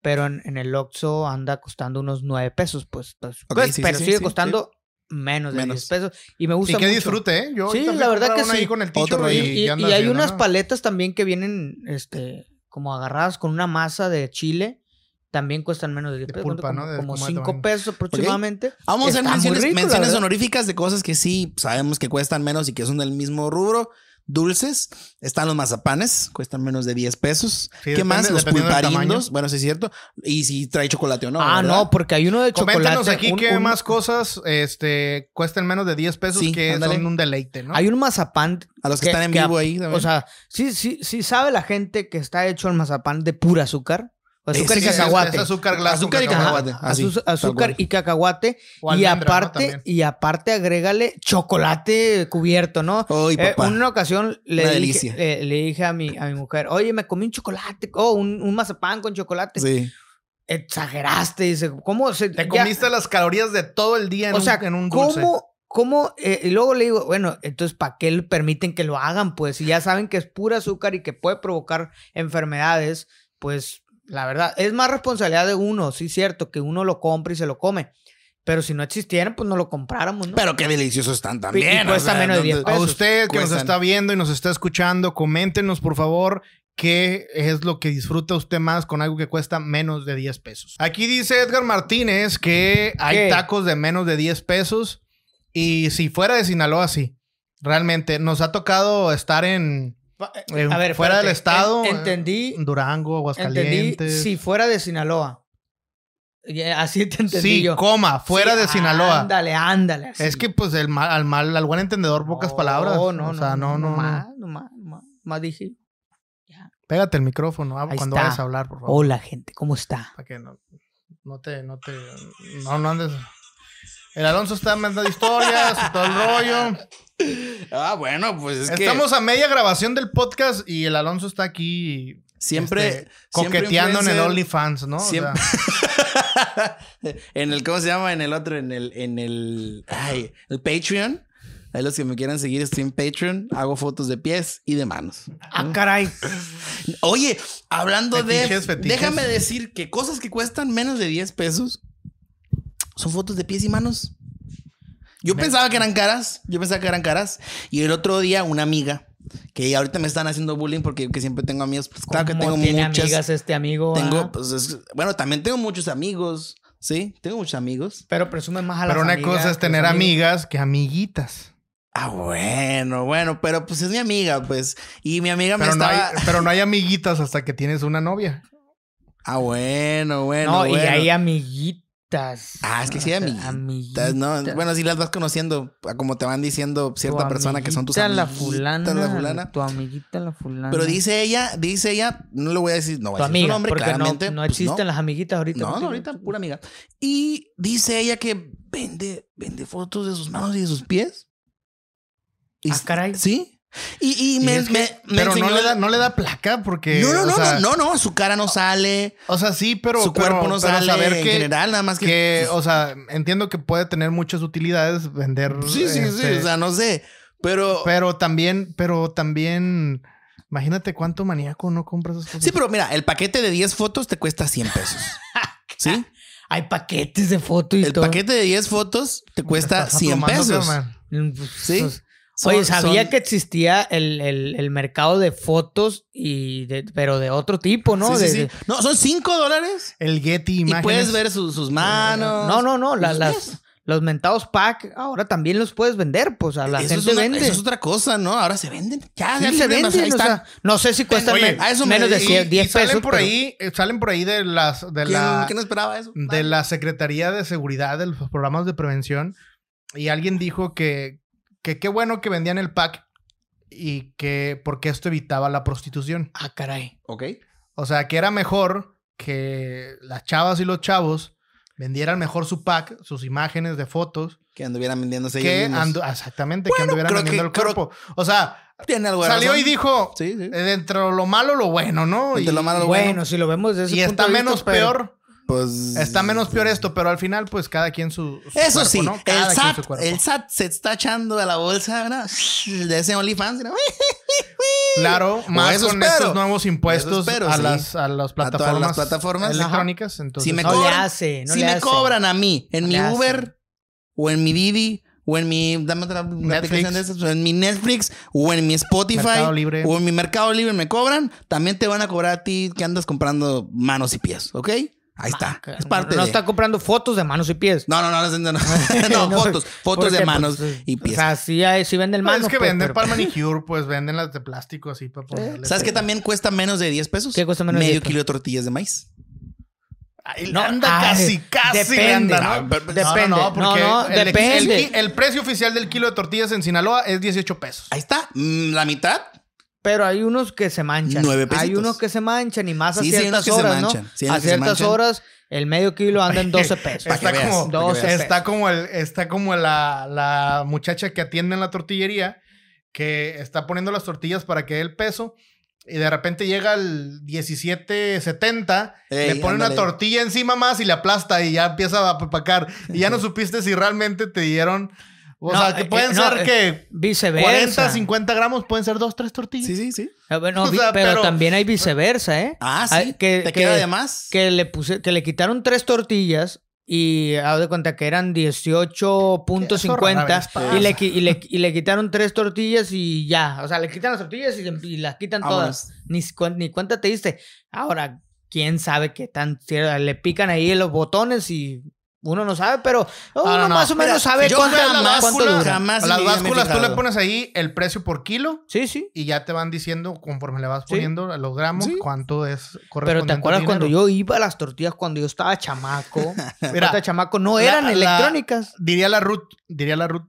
C: pero en, en el Oxxo anda costando unos 9 pesos, pues. pues,
A: Ok,
C: pues,
A: sí, sí,
C: pero
A: sí,
C: sigue
A: sí,
C: costando menos de
A: Menos.
C: 10 pesos. Y me gusta
B: Y que
C: mucho.
B: disfrute, ¿eh? Yo
C: Sí,
B: también
C: la verdad
B: compraba
C: que
B: una
C: sí.
B: ahí con el ticho
A: Otro
B: y,
C: Y,
A: rollo.
C: y-
B: ya andas
C: y hay
B: bien,
C: unas
B: ¿no?
C: paletas también que vienen, este, como agarradas con una masa de chile. También cuestan menos de 10
B: De
C: pesos.
B: pulpa,
C: como-
B: ¿no? De-
C: como
B: como de
C: 5
B: tamaño.
C: pesos aproximadamente.
A: Vamos a hacer
C: Está muy
A: menciones,
C: rico, la
A: menciones
C: verdad.
A: honoríficas de cosas que sí sabemos que cuestan menos y que son del mismo rubro. Dulces, están los mazapanes, cuestan menos de 10 pesos. ¿Qué
B: Sí, depende-
A: más? Los
B: dependiendo del
A: pulparindos, bueno, sí es cierto. Y si trae chocolate o no. ¿verdad?
C: ah, no, porque hay uno de chocolate.
B: Coméntanos aquí
C: un-
B: qué
C: un-
B: más cosas este, cuesten menos de 10 pesos
A: Sí,
B: que
A: ándale.
B: son un deleite, ¿no?
C: Hay un mazapán.
A: A los que, están en vivo ahí. también.
C: O sea, sí, sí, sí sabe la gente que está hecho el mazapán de pura azúcar. O
A: Sí,
C: azúcar
A: sí,
C: y
A: sí,
C: cacahuate.
B: Es, es azúcar glass con
A: Azúcar y
C: Ajá,
A: cacahuate, así,
C: azu-
A: tal
C: azúcar
A: cual.
C: y cacahuate.
B: O
C: y
B: almendra, ¿no?
C: aparte,
B: También.
C: y aparte agrégale chocolate cubierto, ¿no?
A: Ay,
C: Eh,
A: papá.
C: en una ocasión le
A: Una
C: dije,
A: delicia.
C: le, le dije a, mi, a mi mujer, oye, me comí un chocolate, oh, un, un mazapán con chocolate.
A: Sí.
C: Exageraste, dice, ¿cómo se
B: Te
C: ya-
B: comiste las calorías de todo el día en,
C: o
B: un-
C: sea,
B: en un dulce.
C: ¿cómo, cómo? eh, y luego le digo, bueno, entonces, ¿para qué le permiten que lo hagan? Pues si ya saben que es pura azúcar y que puede provocar enfermedades, pues la verdad, es más responsabilidad de uno, sí, cierto, que uno lo compre y se lo come. Pero si no existieran, pues no lo compráramos, ¿no?
A: Pero qué deliciosos están también. o
C: cuesta menos de 10
A: ¿dónde-
B: A
C: pesos.
B: usted que nos
A: Cuestan.
B: está viendo y nos está escuchando, coméntenos por favor qué es lo que disfruta usted más con algo que cuesta menos de 10 pesos. Aquí dice Edgar Martínez que hay
C: ¿Qué?
B: tacos de menos de 10 pesos y si fuera de Sinaloa, sí. Realmente nos ha tocado estar en, en- fuera
C: eh, espérate,
B: del estado,
C: en-
B: eh,
C: entendí,
B: en Durango,
C: entendí,
B: Aguascalientes.
C: si fuera de Sinaloa. Y, eh, Así te entendí
B: Sí,
C: yo.
B: coma, fuera
C: Sí,
B: de Sinaloa.
C: Ándale, ándale. así.
B: Es que pues el mal, al mal, al buen entendedor, pocas
C: No,
B: palabras.
C: No, no,
B: o sea, no, no, no.
C: Más, no más, no más, más dije.
B: Pégate el micrófono ah,
C: Ahí
B: cuando
C: está.
B: vayas a hablar, por favor.
C: Hola, gente, ¿cómo está?
B: Para que no, no te, no te, no, no andes. El Alonso está mandando historias y todo el rollo.
A: Ah, bueno, pues es que
B: Estamos a media grabación del podcast y el Alonso está aquí
A: siempre
B: este,
A: siempre
B: coqueteando en el
A: influencer-
B: OnlyFans, ¿no? O sea,
A: Siempre- en el, ¿cómo se llama? En el otro, en el, en el, ay, el Patreon. Ahí los que me quieran seguir, estoy en Patreon. Hago fotos de pies y de manos.
C: Ah, caray.
A: Oye, hablando
B: Fetiches,
A: de.
B: fetiches.
A: Déjame decir que cosas que cuestan menos de 10 pesos son fotos de pies y manos. Yo pensaba que eran caras, yo pensaba que eran caras. Y el otro día una amiga, que ahorita me están haciendo bullying porque que siempre tengo amigos, pues claro que
C: ¿Cómo
A: tengo
C: tiene
A: muchas.
C: amigas este amigo. ah?
A: Tengo, pues, es- bueno, también tengo muchos amigos, ¿sí? Tengo muchos amigos.
C: Pero presume más a las
B: Pero una
C: amigas
B: cosa
C: que los
B: es tener
C: amigos.
B: amigas que amiguitas.
A: Ah, bueno, bueno, pero pues es mi amiga, pues. Y mi amiga me
B: Pero no, hay,
A: estaba...
B: pero no hay amiguitas hasta que tienes una novia.
A: Ah, bueno, bueno,
C: No, y
A: bueno.
C: hay amiguitas.
A: Ah, es que sí,
C: O sea,
A: amiguitas,
C: amiguitas.
A: No, bueno, si las vas conociendo, a como te van diciendo cierta
C: Tu
A: persona que son tus
C: amiguita,
A: amiguitas.
C: la fulana,
A: la fulana.
C: Tu amiguita, la fulana.
A: Pero dice pues, ella, dice ella, no le voy a decir, no voy
C: tu
A: a decir su
C: amiga,
A: nombre,
C: porque no-
A: claramente.
C: no,
A: pues,
C: existen las amiguitas ahorita.
A: No, no,
C: contigo.
A: ahorita pura amiga. Y dice ella que vende, vende fotos de sus manos y de sus pies. Y-
C: Ah, caray.
A: Sí. Y, y
B: Y
A: me,
B: es que-
A: me- me
B: pero no
A: enseñó-
B: le, da, no le da placa porque.
A: no, no,
B: o
A: no,
B: sea,
A: no, no, no, su cara no sale,
B: O sea, sí, pero.
A: su
B: pero-
A: cuerpo no
B: pero
A: sale
B: saber
A: en
B: que-
A: general, nada más que... pues,
B: que, o sea, entiendo que puede tener muchas utilidades vender.
A: pues, sí, sí, sí,
B: este,
A: o sea, no sé. Pero,
B: Pero también, pero también, imagínate cuánto maníaco no compra esas cosas.
A: Sí, pero mira, el paquete de 10 fotos te cuesta 100 pesos. ¿Sí?
C: Hay paquetes de fotos y
A: El
C: todo.
A: paquete de 10 fotos te cuesta
B: Estás
A: 100
B: aplomando,
A: pesos.
B: cabrón.
C: Mm, pues,
A: Sí.
C: pues,
A: Son-
C: Oye, sabía
A: son-
C: que existía el, el- el mercado de fotos y de, pero de otro tipo,
A: Sí,
C: ¿no?
A: sí,
C: De-
A: sí.
C: de-
A: No, son 5 dólares
B: El Getty Imágenes.
A: y puedes ver su- sus manos.
C: No, no, no. la-
A: Ah, Los
C: las,
A: pies.
C: los mentados pack ahora también los puedes vender, pues a la
A: Eso
C: gente
A: es una-
C: vende.
A: Eso es otra cosa, ¿no? Ahora se venden. Ya,
C: Sí,
A: ya
C: se venden,
A: o sea, ahí
C: o sea,
A: están.
C: no sé si cuesta
B: Oye,
A: a eso me
C: menos de
A: dedico.
C: 100, 10
B: salen
C: pesos.
B: por
C: pero-
B: ahí, eh, salen por ahí de las, de
A: ¿Quién,
B: la,
A: quién esperaba eso?
B: de la Secretaría de Seguridad de los programas de prevención y alguien dijo que, que qué bueno que vendían el pack y que porque esto evitaba la prostitución.
C: Ah, caray.
A: Ok.
B: O sea, que era mejor que las chavas y los chavos vendieran mejor su pack, sus imágenes de fotos,
A: Que anduvieran vendiéndose
B: que
A: ellos mismos.
B: andu- exactamente, que anduvieran
A: creo
B: vendiendo
A: que-
B: el cuerpo. O sea,
A: Tiene algo de
B: salió
A: razón.
B: y dijo,
A: Sí, sí.
B: eh, dentro de lo malo, lo bueno, ¿no?
A: Entre
B: Y-
A: lo malo, lo
C: Bueno,
A: bueno.
C: si lo vemos desde ese
B: y
C: punto
B: está
C: de vista,
B: menos
C: pero-
B: peor.
A: Pues.
B: Está menos peor esto, pero al final, pues cada quien su. su
A: Eso
B: cuerpo,
A: sí,
B: ¿no?
A: el,
B: Cada quien
A: SAT,
B: su cuerpo.
A: el SAT se está echando a la bolsa ¿verdad? de ese OnlyFans. ¿no?
B: Claro, más
A: eso
B: con
A: espero.
B: estos nuevos impuestos
A: Eso espero,
B: a,
A: sí.
B: las, a las
A: todas las
B: plataformas,
A: plataformas.
B: electrónicas. Entonces, ah,
A: Si me
C: No
A: cobran,
C: le hace, no
A: si
C: le
A: me
C: hace.
A: cobran a mí en
C: No
A: mi
C: le hace.
A: Uber o en mi Didi o en mi dame otra una aplicación de esas, o en mi Netflix o en mi Spotify
B: Mercado Libre.
A: o en mi Mercado Libre me cobran, también te van a cobrar a ti que andas comprando manos y pies, ¿ok? Ahí está,
C: Ah,
A: es parte
C: no
A: de-
C: está comprando fotos de manos y pies.
A: No, no, no, no, no, no,
C: No,
A: fotos, fotos
C: porque,
A: de manos
C: pues,
A: y pies.
C: O sea, sí, hay- sí venden
B: Pues,
C: manos.
B: es que
C: pues,
B: venden
C: pero-
B: para manicure, pues venden las de plástico así para ponerle.
A: ¿Sabes qué también cuesta menos de 10 pesos?
C: ¿Qué cuesta menos de
A: Medio
C: 10 pesos?
A: kilo de tortillas de maíz.
B: Ahí
C: No,
B: anda
C: ay,
B: casi, casi le
C: depende.
B: anda,
C: No,
B: ¿no?
C: pero-
B: No,
C: depende.
B: No, no, porque
C: No, no,
B: el, el-
C: depende.
B: el- el precio oficial del kilo de tortillas en Sinaloa es 18 pesos.
A: Ahí está, mm, la mitad.
C: Pero hay unos que se manchan.
A: Nueve
C: Hay
A: pesitos.
C: unos que se manchan y más a
A: Sí, sí, hay
C: ciertas
A: unos que se
C: horas, ¿no?
A: manchan. Sí, hay
C: a
A: unos que se
C: ciertas
A: manchan.
C: horas, el medio kilo anda en 12 pesos.
A: Para que
B: Está
A: veas,
B: como,
A: para que
C: Doce.
A: veas.
B: Está como el, está como la, la muchacha que atiende en la tortillería, que está poniendo las tortillas para que dé el peso. Y de repente llega el 1770,
A: Ey,
B: le pone una
A: ándale.
B: tortilla encima más y le aplasta y ya empieza a pacar. Y ya no supiste si realmente te dieron. O
C: No,
B: sea, que
C: eh,
B: pueden
C: eh, no,
B: ser
C: eh,
B: que
C: Viceversa.
B: 40, 50 gramos pueden ser dos, tres tortillas.
A: Sí, sí, sí.
C: Eh, bueno,
B: O
C: vi-
B: sea,
C: pero,
B: pero-
C: también hay viceversa, ¿eh?
A: Ah, sí.
C: Ay, que-
A: ¿Te
C: que-
A: queda de más?
C: Que le, puse, que le quitaron tres tortillas y haz de cuenta que eran 18.50
B: Eso rara vez
C: y le, qui- y, le, y le quitaron tres tortillas y ya. O sea, le quitan las tortillas y, y las quitan
A: Ah,
C: todas. Ni, s- cuan- ni cuenta te diste. Ahora, quién sabe qué tan. cier- Le pican ahí los botones y uno no sabe, pero uno
B: no, no.
C: más o menos
A: Mira,
C: sabe
A: yo
C: cuánto,
A: veo la
C: cuánto
A: báscula,
C: dura.
A: jamás
B: A
A: en
B: las
A: mi vida me he
B: básculas tú le
A: fijado.
B: pones ahí el precio por kilo.
C: Sí, sí.
B: y ya te van diciendo conforme le vas
C: Sí.
B: poniendo a los gramos
A: Sí.
B: cuánto es
C: Pero
B: correspondiente
C: te acuerdas
B: al
C: cuando
B: dinero?
C: yo iba a las tortillas cuando yo estaba chamaco. Cuando estaba chamaco no
B: la-
C: eran
B: la-
C: electrónicas.
B: diría la Ruth diría la Ruth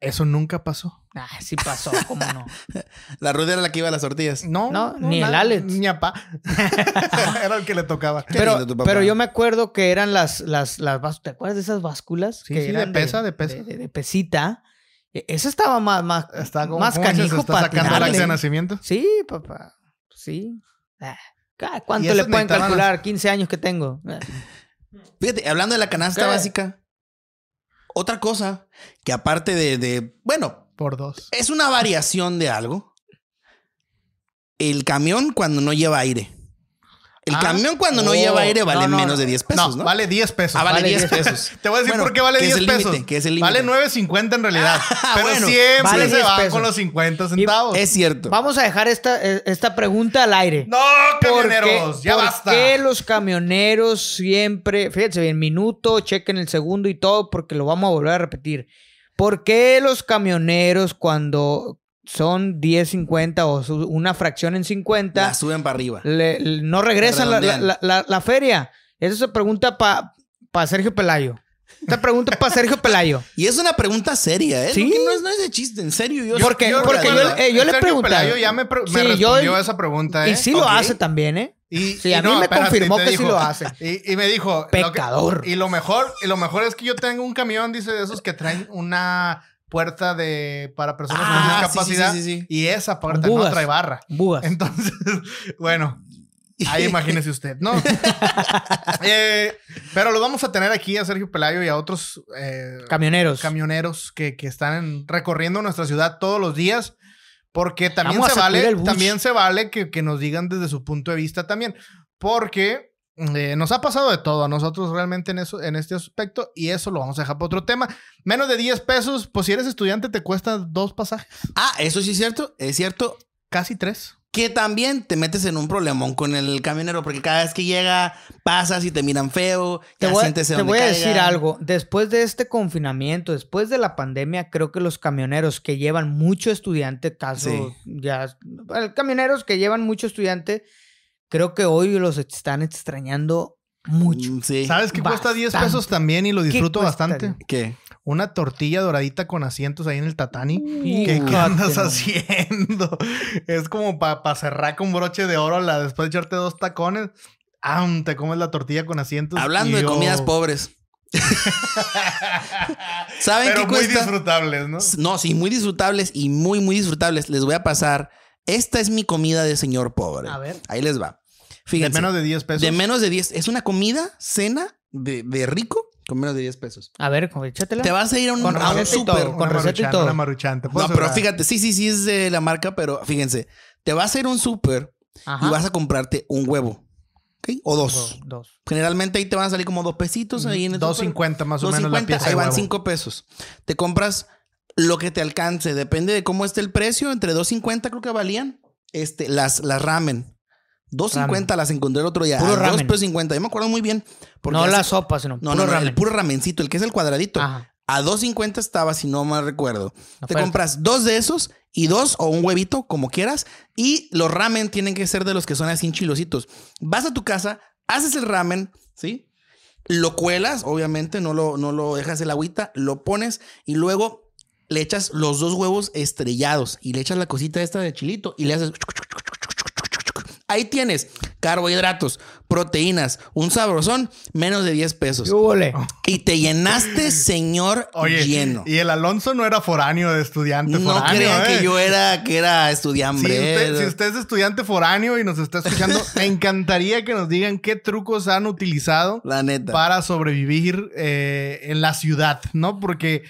B: eso nunca pasó
C: Ah, sí pasó, cómo no.
A: La Ruth era la que iba a las tortillas.
B: no,
C: No, ni el
B: na-
C: Alex.
B: ni a pa era el que le tocaba
A: Qué
C: pero,
A: lindo tu papá.
C: pero yo me acuerdo que eran las, las, las bás- ¿te acuerdas de esas básculas?
B: Sí,
C: que
B: sí, de
C: eran
B: pesa, de pesa.
C: De, de pesita. E- Esa estaba más, más,
B: está como
C: más
B: ¿cómo dices?
C: canijo
B: está
C: para
B: sacando el acta de
C: tirarle.
B: nacimiento
C: Sí, papá, sí. Ah, ¿ca-
B: Y
C: ¿Cuánto
B: esas
C: le pueden
B: necesitaban
C: calcular? 15 años que tengo. Ah,
A: Fíjate, hablando de la canasta
C: ¿Qué?
A: básica, otra cosa que aparte de, de- bueno,
B: por dos
A: es una variación de algo. El camión cuando no lleva aire. El
B: Ah.
A: camión cuando no
C: Oh,
A: lleva aire vale
C: no, no,
A: menos
C: no.
A: de 10 pesos, ¿no?
B: no, vale 10 pesos.
A: Ah, vale,
C: vale
A: 10
C: 10
A: pesos.
B: Te voy a decir
A: Bueno,
B: por qué vale
A: que es
B: 10
A: el límite,
B: pesos.
A: que es el límite.
B: vale 9.50 en realidad. pero
A: bueno,
B: siempre
C: Ah, vale
B: se
C: 10
B: va
C: pesos.
B: con los 50 centavos.
A: Es cierto.
C: Vamos a dejar esta, eh, esta pregunta al aire.
B: No,
C: ¿Por qué-
B: camioneros, ya
C: por
B: basta.
C: qué los camioneros siempre, fíjense bien, minuto, chequen el segundo y todo, porque lo vamos a volver a repetir. ¿Por qué los camioneros cuando son 10.50 o su- una fracción en 50
A: La suben para arriba.
C: le- le- no regresan la, la-
A: Redondean.
C: la- la feria? Esa es una pregunta para Sergio Pelayo. Esta pregunta para Sergio Pelayo.
A: Y es una pregunta seria, ¿eh?
C: Sí.
A: No, que no es, no es de chiste, en serio. Yo
C: Porque- porque
B: recuerdo-
C: yo- eh, yo le
B: Sergio
C: preguntaba.
B: Pelayo ya me, pre- me
C: Sí, yo-
B: respondió esa pregunta, ¿eh?
C: Y sí lo
A: Ok.
C: hace también, ¿eh?
B: Y,
C: Sí, a mí me confirmó
B: te
C: que sí lo hace.
B: Y, y me dijo... lo que-
C: Pecador.
B: y lo mejor, y lo mejor es que yo tengo un camión, dice, de esos que traen una puerta de para personas
A: Ah,
B: con
A: sí, sí,
B: discapacidad.
A: sí, sí, sí.
B: Y esa puerta no
C: Bugas.
B: trae barra.
C: Bugas.
A: Em,
B: Entonces, bueno, ahí imagínese usted, ¿no? Eh, pero lo vamos a tener aquí a Sergio Pelayo y a otros eh,
C: camioneros.
B: camioneros que, que están en- recorriendo nuestra ciudad todos los días. Porque también
C: Vamos a
B: se vale,
C: sacudir el bus.
B: también se vale que, que nos digan desde su punto de vista también. Porque eh, nos ha pasado de todo a nosotros realmente en, eso, en este aspecto. Y eso lo vamos a dejar para otro tema. Menos de 10 pesos, pues si eres estudiante te cuesta dos pasajes,
A: Ah, eso sí es cierto. Es cierto
B: casi tres.
A: que también te metes en un problemón con el camionero porque cada vez que llega pasas y te miran feo.
C: Te
A: ya
C: voy,
A: sientes en
C: te
A: donde
C: voy a
A: caigan.
C: decir algo. Después de este confinamiento, después de la pandemia, creo que los camioneros que llevan mucho estudiante, caso
A: Sí.
C: ya, bueno, camioneros que llevan mucho estudiante, creo que hoy los están extrañando mucho.
A: Mm, Sí.
B: ¿Sabes qué cuesta 10
C: Bastante.
B: pesos también y lo
C: ¿Qué
B: disfruto
C: cuesta?
B: bastante?
A: ¿Qué?
B: Una tortilla doradita con asientos ahí en el tatani. ¿Qué,
C: ¿Qué,
B: qué andas haciendo? Es como para cerrar con broche de oro la después de echarte dos tacones. Ah, te comes la tortilla con asientos.
A: Hablando
B: y
A: de
B: yo-
A: comidas pobres. ¿Saben
B: Pero
A: qué
B: muy
A: cuesta?
B: disfrutables, ¿no?
A: No, sí, muy disfrutables y muy, muy disfrutables. Les voy a pasar. Esta es mi comida de señor pobre.
C: A ver.
A: Ahí les va.
B: De
A: Fíjense.
B: menos de 10 pesos.
A: De menos de 10. Es una comida, cena de, de rico con menos de 10 pesos.
C: A ver, como, échatela.
A: Te vas a ir a un,
C: Con
A: a un
C: receta y todo,
A: súper.
C: con
B: Una
C: receta y
B: maruchan,
C: todo.
B: Una maruchan, te puedo
A: No, pero
B: asegurar.
A: fíjate, sí, sí, sí es de la marca, pero fíjense. Te vas a ir a un súper
C: Ajá.
A: y vas a comprarte un huevo. ¿ok? O dos.
C: Huevo, dos.
A: Generalmente ahí te van a salir como dos pesitos ahí en el súper.
B: 2.50 más o menos la
A: 2.50,
B: pieza.
A: ahí
B: de
A: van
B: huevo.
A: 5 pesos. Te compras lo que te alcance, depende de cómo esté el precio, entre 2.50 creo que valían este, las, las ramen. 2.50 las encontré el otro día.
C: Puro
A: a
C: ramen.
A: 2.50, yo me acuerdo muy bien. porque
C: No
A: hace-
C: la sopa, sino
A: No,
C: puro
A: no, no,
C: ramen.
A: el puro ramencito, el que es el cuadradito.
C: Ajá.
A: A 2.50 estaba, si no mal recuerdo. Te
C: Oferta.
A: compras dos de esos y dos o un huevito, como quieras. Y los ramen tienen que ser de los que son así chilositos. Vas a tu casa, haces el ramen, ¿sí? Lo cuelas, obviamente, no lo, no lo dejas el agüita, lo pones y luego le echas los dos huevos estrellados y le echas la cosita esta de chilito y le haces... Ahí tienes carbohidratos, proteínas, un sabrosón, menos de 10 pesos.
C: ¿Qué hubole?
A: Y te llenaste, señor,
B: Oye,
A: lleno.
B: y el Alonso no era foráneo de estudiante.
A: No
B: foráneo,
A: crean
B: ¿eh?
A: que yo era que era
B: Si
A: estudiambre.
B: usted,
A: era-
B: si usted es estudiante foráneo y nos está escuchando, me encantaría que nos digan qué trucos han utilizado
A: la neta.
B: para sobrevivir eh, en la ciudad, ¿no? Porque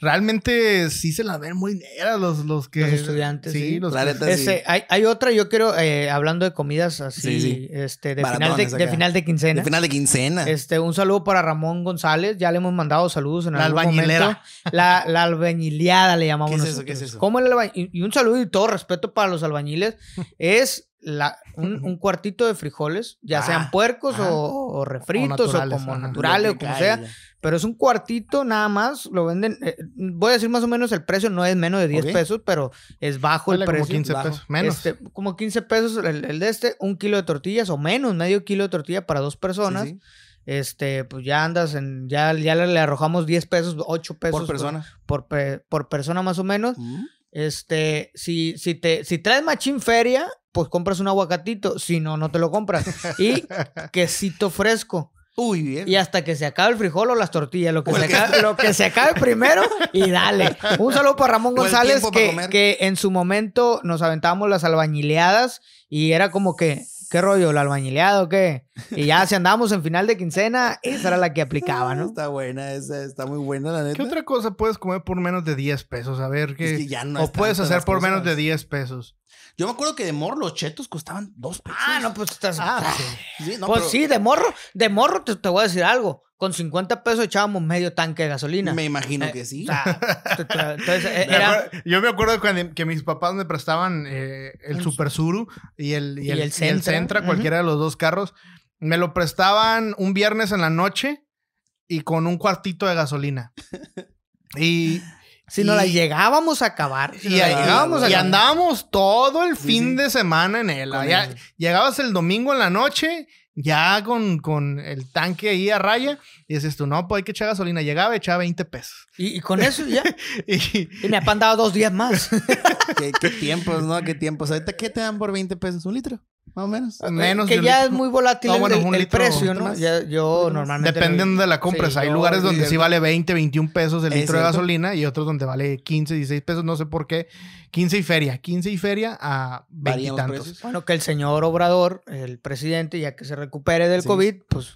B: realmente sí se la ven muy negras los, los que...
C: Los estudiantes, sí.
B: los
A: La
B: que-
A: neta, sí.
C: Este, hay, hay otra, yo quiero, eh, hablando de comidas así,
A: Sí, sí.
C: este, de, final de,
A: Baratones
C: de
A: acá.
C: final de quincena.
A: De final de quincena.
C: Este, un saludo para Ramón González. Ya le hemos mandado saludos en
B: La
C: algún
B: albañilera.
C: momento. La, la albañileada le llamamos
A: ¿Qué es eso?
C: nosotros.
A: ¿Qué es eso?
C: ¿Cómo el alba- y, y un saludo y todo respeto para los albañiles. es la, un, un cuartito de frijoles, ya
A: Ah,
C: sean puercos
A: ajá.
C: o, o refritos o,
B: naturales,
C: como
B: ajá.
C: naturales o como sea. Pero es un cuartito nada más. Lo venden, eh, voy a decir más o menos el precio. No es menos de 10
A: Ok.
C: pesos, pero es bajo
B: Vale
C: el
B: como
C: precio.
B: 15
A: bajo.
B: pesos, menos.
C: Este, como 15 pesos el, el de este, un kilo de tortillas o menos, medio kilo de tortilla para dos personas.
A: Sí, sí.
C: Este, pues ya andas en, ya, ya le, le arrojamos 10 pesos, 8 pesos
A: por persona.
C: Por, pe- por persona más o menos.
A: Mm.
C: Este, si, si te, si traes machín feria, pues compras un aguacatito. Si no, no te lo compras. Y quesito fresco.
A: Uy, bien.
C: Y hasta que se acabe el frijol o las tortillas, lo que,
A: O
C: se
A: el que-
C: acabe, lo que se acabe primero y dale. Un saludo para Ramón
A: O el
C: González,
A: tiempo para
C: que,
A: comer.
C: que en su momento nos aventábamos las albañileadas y era como que, ¿qué rollo? ¿La albañileada o qué? Y ya si andábamos en final de quincena, esa era la que aplicaba, ¿no?
A: Está buena esa, está muy buena la neta.
B: ¿Qué otra cosa puedes comer por menos de 10 pesos? A ver, ¿qué?
A: Es que ya no
B: o
A: es
B: puedes
A: tanto
B: hacer
A: las
B: por menos
A: cosas.
B: de 10 pesos.
A: Yo me acuerdo que de morro los chetos costaban dos pesos.
C: Ah, no, pues estás.
B: Ah,
A: Sí, no,
C: pues
A: pero
C: sí, de morro, de morro te, te voy a decir algo. Con 50 pesos echábamos medio tanque de gasolina.
A: Me imagino
C: Eh,
A: que sí.
C: O sea, te- te- entonces, eh,
B: Me
C: era
B: acuerdo- yo me acuerdo cuando, que mis papás me prestaban eh, el
C: Un-
B: Super Suru y el,
C: y
B: y el,
C: el
B: y el
C: Sentra.
B: Sentra,
C: Ujú.
B: cualquiera de los dos carros. Me lo prestaban un viernes en la noche y con un cuartito de gasolina. Y,
C: Si no la
B: y-
C: llegábamos a acabar. Si
B: y,
C: nos la
B: y-
C: llegábamos a
B: y
C: acabar.
B: andábamos todo el fin
A: sí.
B: de semana en él.
A: Con
B: Ya-
A: él.
B: Llegabas el domingo en la noche, ya con, con el tanque ahí a raya, y decías tú, no, pues hay que echar gasolina. Llegaba, echaba 20 pesos.
C: Y, y con eso ya.
B: Y,
C: Y me han dado dos días más.
A: ¿Qué, qué tiempos, ¿no? ¿Qué tiempos? ¿Ahorita qué te dan por 20 pesos? ¿Un litro? Más o menos.
B: menos de
C: Ah, eh, que
B: un
C: ya
B: litro.
C: es muy volátil
B: No,
C: el-
B: bueno,
C: el,
B: un
C: el
B: litro,
C: precio,
B: un
A: poquito
C: ¿no?
A: más.
C: Ya- yo Pues normalmente.
B: Depende de
C: no-
B: donde la compres.
C: Sí,
B: Hay
C: yo-
B: lugares donde
C: y-
B: sí vale 20, 21 pesos el
A: Es
B: litro de
A: cierto.
B: gasolina y otros donde vale 15, 16 pesos, no sé por qué. 15 y feria. 15 y feria a 20 y
A: Varían los
B: tantos.
A: precios.
C: Bueno, que el señor Obrador, el presidente, ya que se recupere del
A: Sí.
C: COVID, pues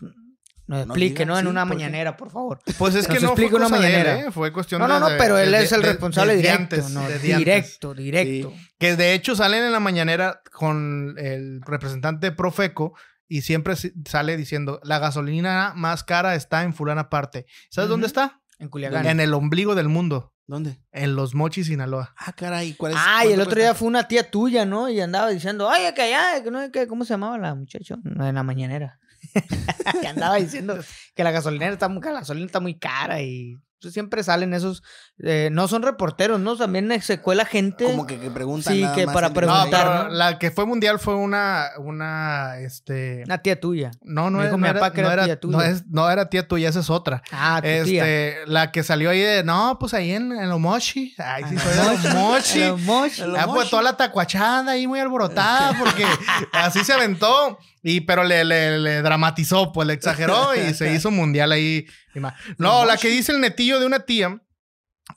C: nos
A: diga,
C: explique, ¿no? En
A: sí,
C: una
A: ¿por qué?
C: mañanera, por favor.
B: Pues es
C: Que
B: que
C: nos
B: no fue
C: explique una
B: cosa de él,
C: mañanera.
B: ¿eh? Fue cuestión
C: No, no, no,
B: de-
C: pero él
B: de-
C: es el
B: de-
C: responsable
B: desde
C: directo,
B: antes,
C: ¿no?
B: desde antes.
C: Directo, directo.
B: Que de hecho salen en la mañanera con el representante de Profeco y siempre si- sale diciendo, la gasolina más cara está en fulana parte. ¿Sabes
C: Ujú.
B: dónde está?
C: En Culiacán.
B: En el ombligo del mundo,
A: ¿Dónde?
B: en Los Mochis, Sinaloa.
A: Ah, caray. ¿cuál es?
C: Ah, y el
A: cuánto
C: otro día
A: cuesta?
C: fue una tía tuya, ¿no? Y andaba diciendo, ay, que allá, que no, que, ¿cómo se llamaba la muchacha? No, en la mañanera. que andaba diciendo que la gasolinera está muy, que la gasolina está muy cara y pues, siempre salen esos, eh, no son reporteros, ¿no? También se cuela gente.
A: Como que, que preguntan.
C: Sí,
A: nada
C: que
A: más
C: para
A: en-
B: No,
C: preguntar.
B: pero
C: ¿no?
B: la que fue mundial fue una, una, este...
C: Una tía tuya.
B: No, no,
C: Ah,
B: era-
C: Me dijo
B: no
C: mi
B: era,
C: papá que
B: no
C: era
B: era-
C: tía tuya.
B: no es- no era tía tuya, esa es otra.
C: Ah, tu tía.
B: Este, la que salió ahí de, no, pues ahí en, en los mochi. Ay, sí,
C: Ah,
B: soy de los mochi.
C: Los mochis.
A: Los
B: Ah, pues
A: mochis.
B: toda la tacuachada ahí muy alborotada, porque así se aventó, y pero le, le- le dramatizó, pues le exageró y se hizo mundial ahí. y ma- No, la que dice el netillo de una tía,
A: A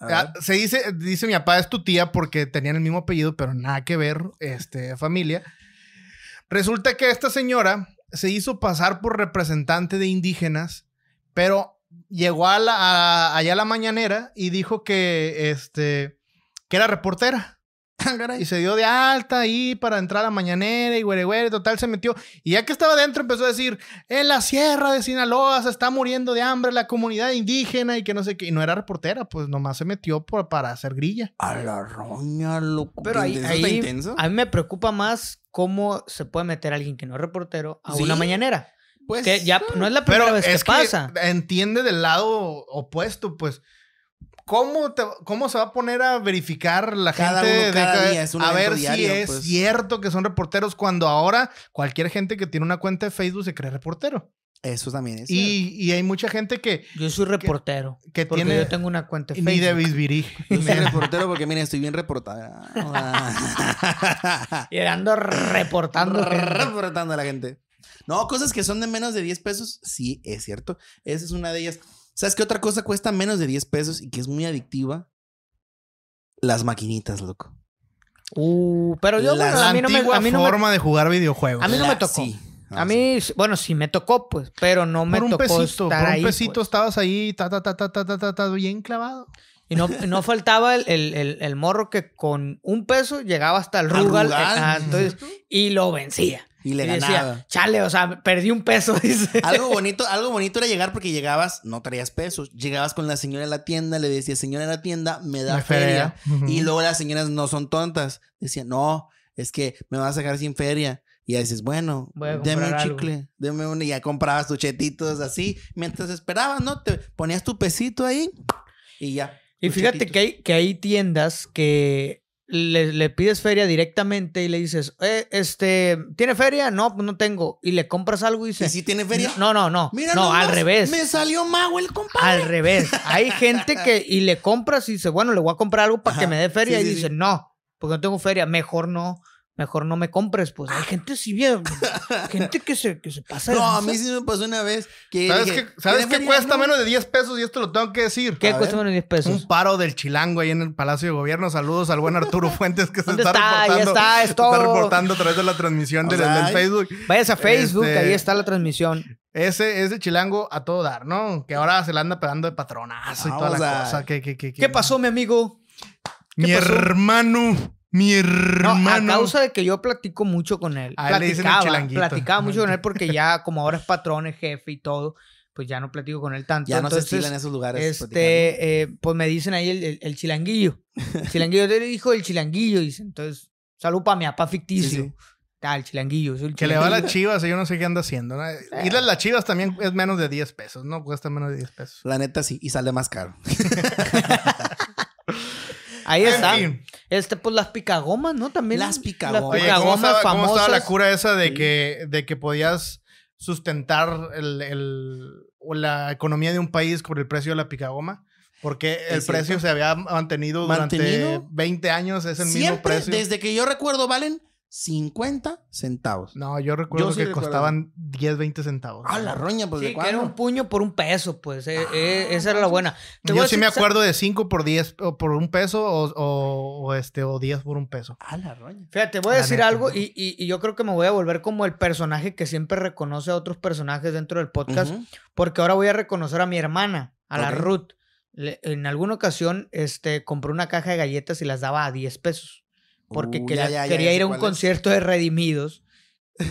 B: ah,
A: ver.
B: se dice, dice mi papá es tu tía porque tenían el mismo apellido, pero nada que ver, este, familia. Resulta que esta señora se hizo pasar por representante de indígenas, pero llegó a la, a- allá a la mañanera y dijo que, este, que era reportera.
A: Ah, caray.
B: Y se dio de alta ahí para entrar a la mañanera y güere, güere, total, se metió. Y ya que estaba dentro empezó a decir, en la sierra de Sinaloa se está muriendo de hambre la comunidad indígena y que no sé qué. Y no era reportera, pues nomás se metió por- para hacer grilla.
A: A la roña, loco.
C: Pero
A: ¿Qué
C: ahí,
A: intenso está
C: ahí ah,
A: intenso?
C: a mí me preocupa más cómo se puede meter alguien que no es reportero a
A: Sí.
C: una mañanera.
A: Pues,
C: Que ya no es la primera
B: Pero
C: vez
B: es
C: que pasa.
B: entiende del lado opuesto, pues. ¿Cómo, te- ¿Cómo se va a poner a verificar la
A: Cada
B: gente
A: uno,
B: de
A: cada
B: ca-
A: día, es un
B: a
A: evento
B: ver
A: diario,
B: si es
A: pues.
B: cierto que son reporteros cuando ahora cualquier gente que tiene una cuenta de Facebook se cree reportero?
A: Eso también es. cierto.
B: Y, y hay mucha gente que,
C: Yo soy reportero.
B: que
C: porque
B: tiene
C: yo tengo una cuenta de
B: ni de
C: Facebook.
B: bisbirige.
A: Yo soy reportero porque, miren, estoy bien reportada. Ah.
C: Y ando reportando. gente.
A: reportando a la gente. No, cosas que son de menos de 10 pesos, sí, es cierto. Esa es una de ellas. ¿Sabes qué otra cosa cuesta menos de 10 pesos y que es muy adictiva? Las maquinitas, loco.
C: Uh, pero yo,
A: La
C: bueno,
B: La
C: a mí no me,
B: antigua
C: a mí no me-
B: forma de jugar videojuegos.
C: A mí no me
A: La-
C: tocó.
A: sí. Ah,
C: a mí, bueno, sí me tocó, pues, pero no me
B: por un
C: tocó
B: pesito,
C: estar
B: por un
C: ahí.
B: pesito
C: pues.
B: estabas ahí, ta, ta, ta, ta, ta, ta, ta, ta, bien clavado.
C: Y no, y no faltaba el, el- el- el morro que con un peso llegaba hasta el
A: Al
C: Rugal. eh,
A: Rugal.
C: ah, entonces, y lo vencía.
A: Y le
C: y
A: ganaba.
C: decía, chale, o sea, perdí un peso. Dice.
A: Algo bonito, algo bonito era llegar porque llegabas, no traías pesos, llegabas con la señora de la tienda, le decías, señora de la tienda, me da
B: La
A: feria.
B: feria. Ujú.
A: Y luego las señoras no son tontas, decían, no, es que me vas a dejar sin feria. Y ya dices, bueno,
C: Voy a
A: deme un
C: comprar algo.
A: chicle, deme un, y ya comprabas tus chetitos así, mientras esperabas, ¿no? Te ponías tu pesito ahí y ya.
C: Y
A: tus
C: fíjate
A: chetitos.
C: que hay, que hay tiendas que le, le pides feria directamente y le dices, eh, este, ¿tiene feria? No, pues no tengo. Y le compras algo
A: ¿Y
C: y dices,
A: si tiene feria?
C: no, no, no.
A: Mira
C: no,
A: nomás,
C: al revés.
A: Me salió mago el compadre.
C: Al revés. Hay gente que y le compras y dice, bueno, le voy a comprar algo para
A: Ajá,
C: que me dé feria.
A: sí,
C: y
A: sí,
C: dice,
A: sí.
C: no, porque no tengo feria. Mejor no, mejor no me compres. Pues hay gente sí bien, gente que se, que se pasa. de
A: No, a
C: lanza.
A: mí sí me pasó una vez que.
B: ¿Sabes
A: dije,
B: qué, ¿sabes
A: "¿Tiene
B: qué
A: feria?".
B: cuesta
A: No.
B: menos de 10 pesos? Y esto lo tengo que decir.
C: ¿Qué
A: A
C: cuesta
A: ver,
C: menos de 10 pesos?
B: Un paro del chilango ahí en el Palacio de Gobierno. Saludos al buen Arturo Fuentes que se
C: ¿Dónde
B: está,
C: está? Ya
B: reportando.
C: está, es
B: se
C: todo.
B: está reportando a través de la transmisión
A: O
B: del,
A: sea,
B: del
A: ay.
B: Facebook.
C: Vayas a Facebook,
B: Este-
C: ahí está la transmisión.
B: Ese, ese chilango a todo dar, ¿no? Que ahora se le anda pegando de patronazo y
A: Ah,
B: toda
A: o
B: la
A: sea,
B: cosa. Que, que- que- que-
C: ¿Qué pasó, mi amigo?
B: Mi
C: pasó?
B: hermano,
D: Mi
C: No,
D: hermano.
C: a causa de que yo platico mucho con él.
B: A él le dicen el
C: platicaba,
B: chilanguito.
C: platicaba mucho con él porque ya como ahora es patrón, es jefe y todo, pues ya no platico con él tanto.
A: Ya no se
C: Entonces,
A: estila en esos lugares. platicando.
C: este, eh, pues me dicen ahí el, el- el chilanguillo. El chilanguillo, yo le dijo el chilanguillo, dice. Entonces, salud para mi papá ficticio.
A: Sí, sí.
C: Tal, chilanguillo. soy el
B: Que le va a
C: chilanguillo.
B: las chivas, yo no sé qué anda haciendo. ¿no? Ir a las chivas también es menos de 10 pesos, ¿no? Cuesta menos de 10 pesos.
A: La neta sí, y sale más caro.
C: Ahí
B: En
C: está.
B: fin.
C: Este, pues las picagomas, ¿no? También.
A: Las picagomas.
C: Las
A: Oye,
B: Oye, ¿cómo
C: picagomas
B: estaba, cómo
C: famosas.
B: estaba la cura esa de, que, de que podías sustentar el, el- o la economía de un país con el precio de la picagoma? Porque el
A: cierto.
B: precio se había mantenido durante
A: ¿Mantenido?
B: 20 años, es el mismo
A: Siempre,
B: precio.
A: desde que yo recuerdo, valen 50 centavos.
B: No, yo recuerdo
A: Yo sí
B: que
A: recuerdo.
B: costaban 10, 20 centavos.
A: Ah, la roña, pues
C: Sí,
A: de
C: que era
A: cuándo.
C: un puño por un peso, pues. eh, eh, esa era la buena. Te
B: Ah,
C: voy
B: Yo
C: a
B: sí
C: decir,
B: me
C: ¿sabes?
B: acuerdo de 5 por 10 o por un peso o, o- o este, o 10 por un peso.
A: Ah, la roña.
C: Fíjate, voy a
B: La
C: decir
B: neta.
C: algo y, y- y yo creo que me voy a volver como el personaje que siempre reconoce a otros personajes dentro del podcast,
A: Ujú.
C: porque ahora voy a reconocer a mi hermana, a la
A: Ok.
C: Ruth. Le- en alguna ocasión este, compró una caja de galletas y las daba a 10 pesos, porque
A: Uh,
C: quería,
A: ya, ya, ya,
C: quería
A: ya
C: ir
A: sé
C: a un
A: cuál es.
C: concierto de Redimidos,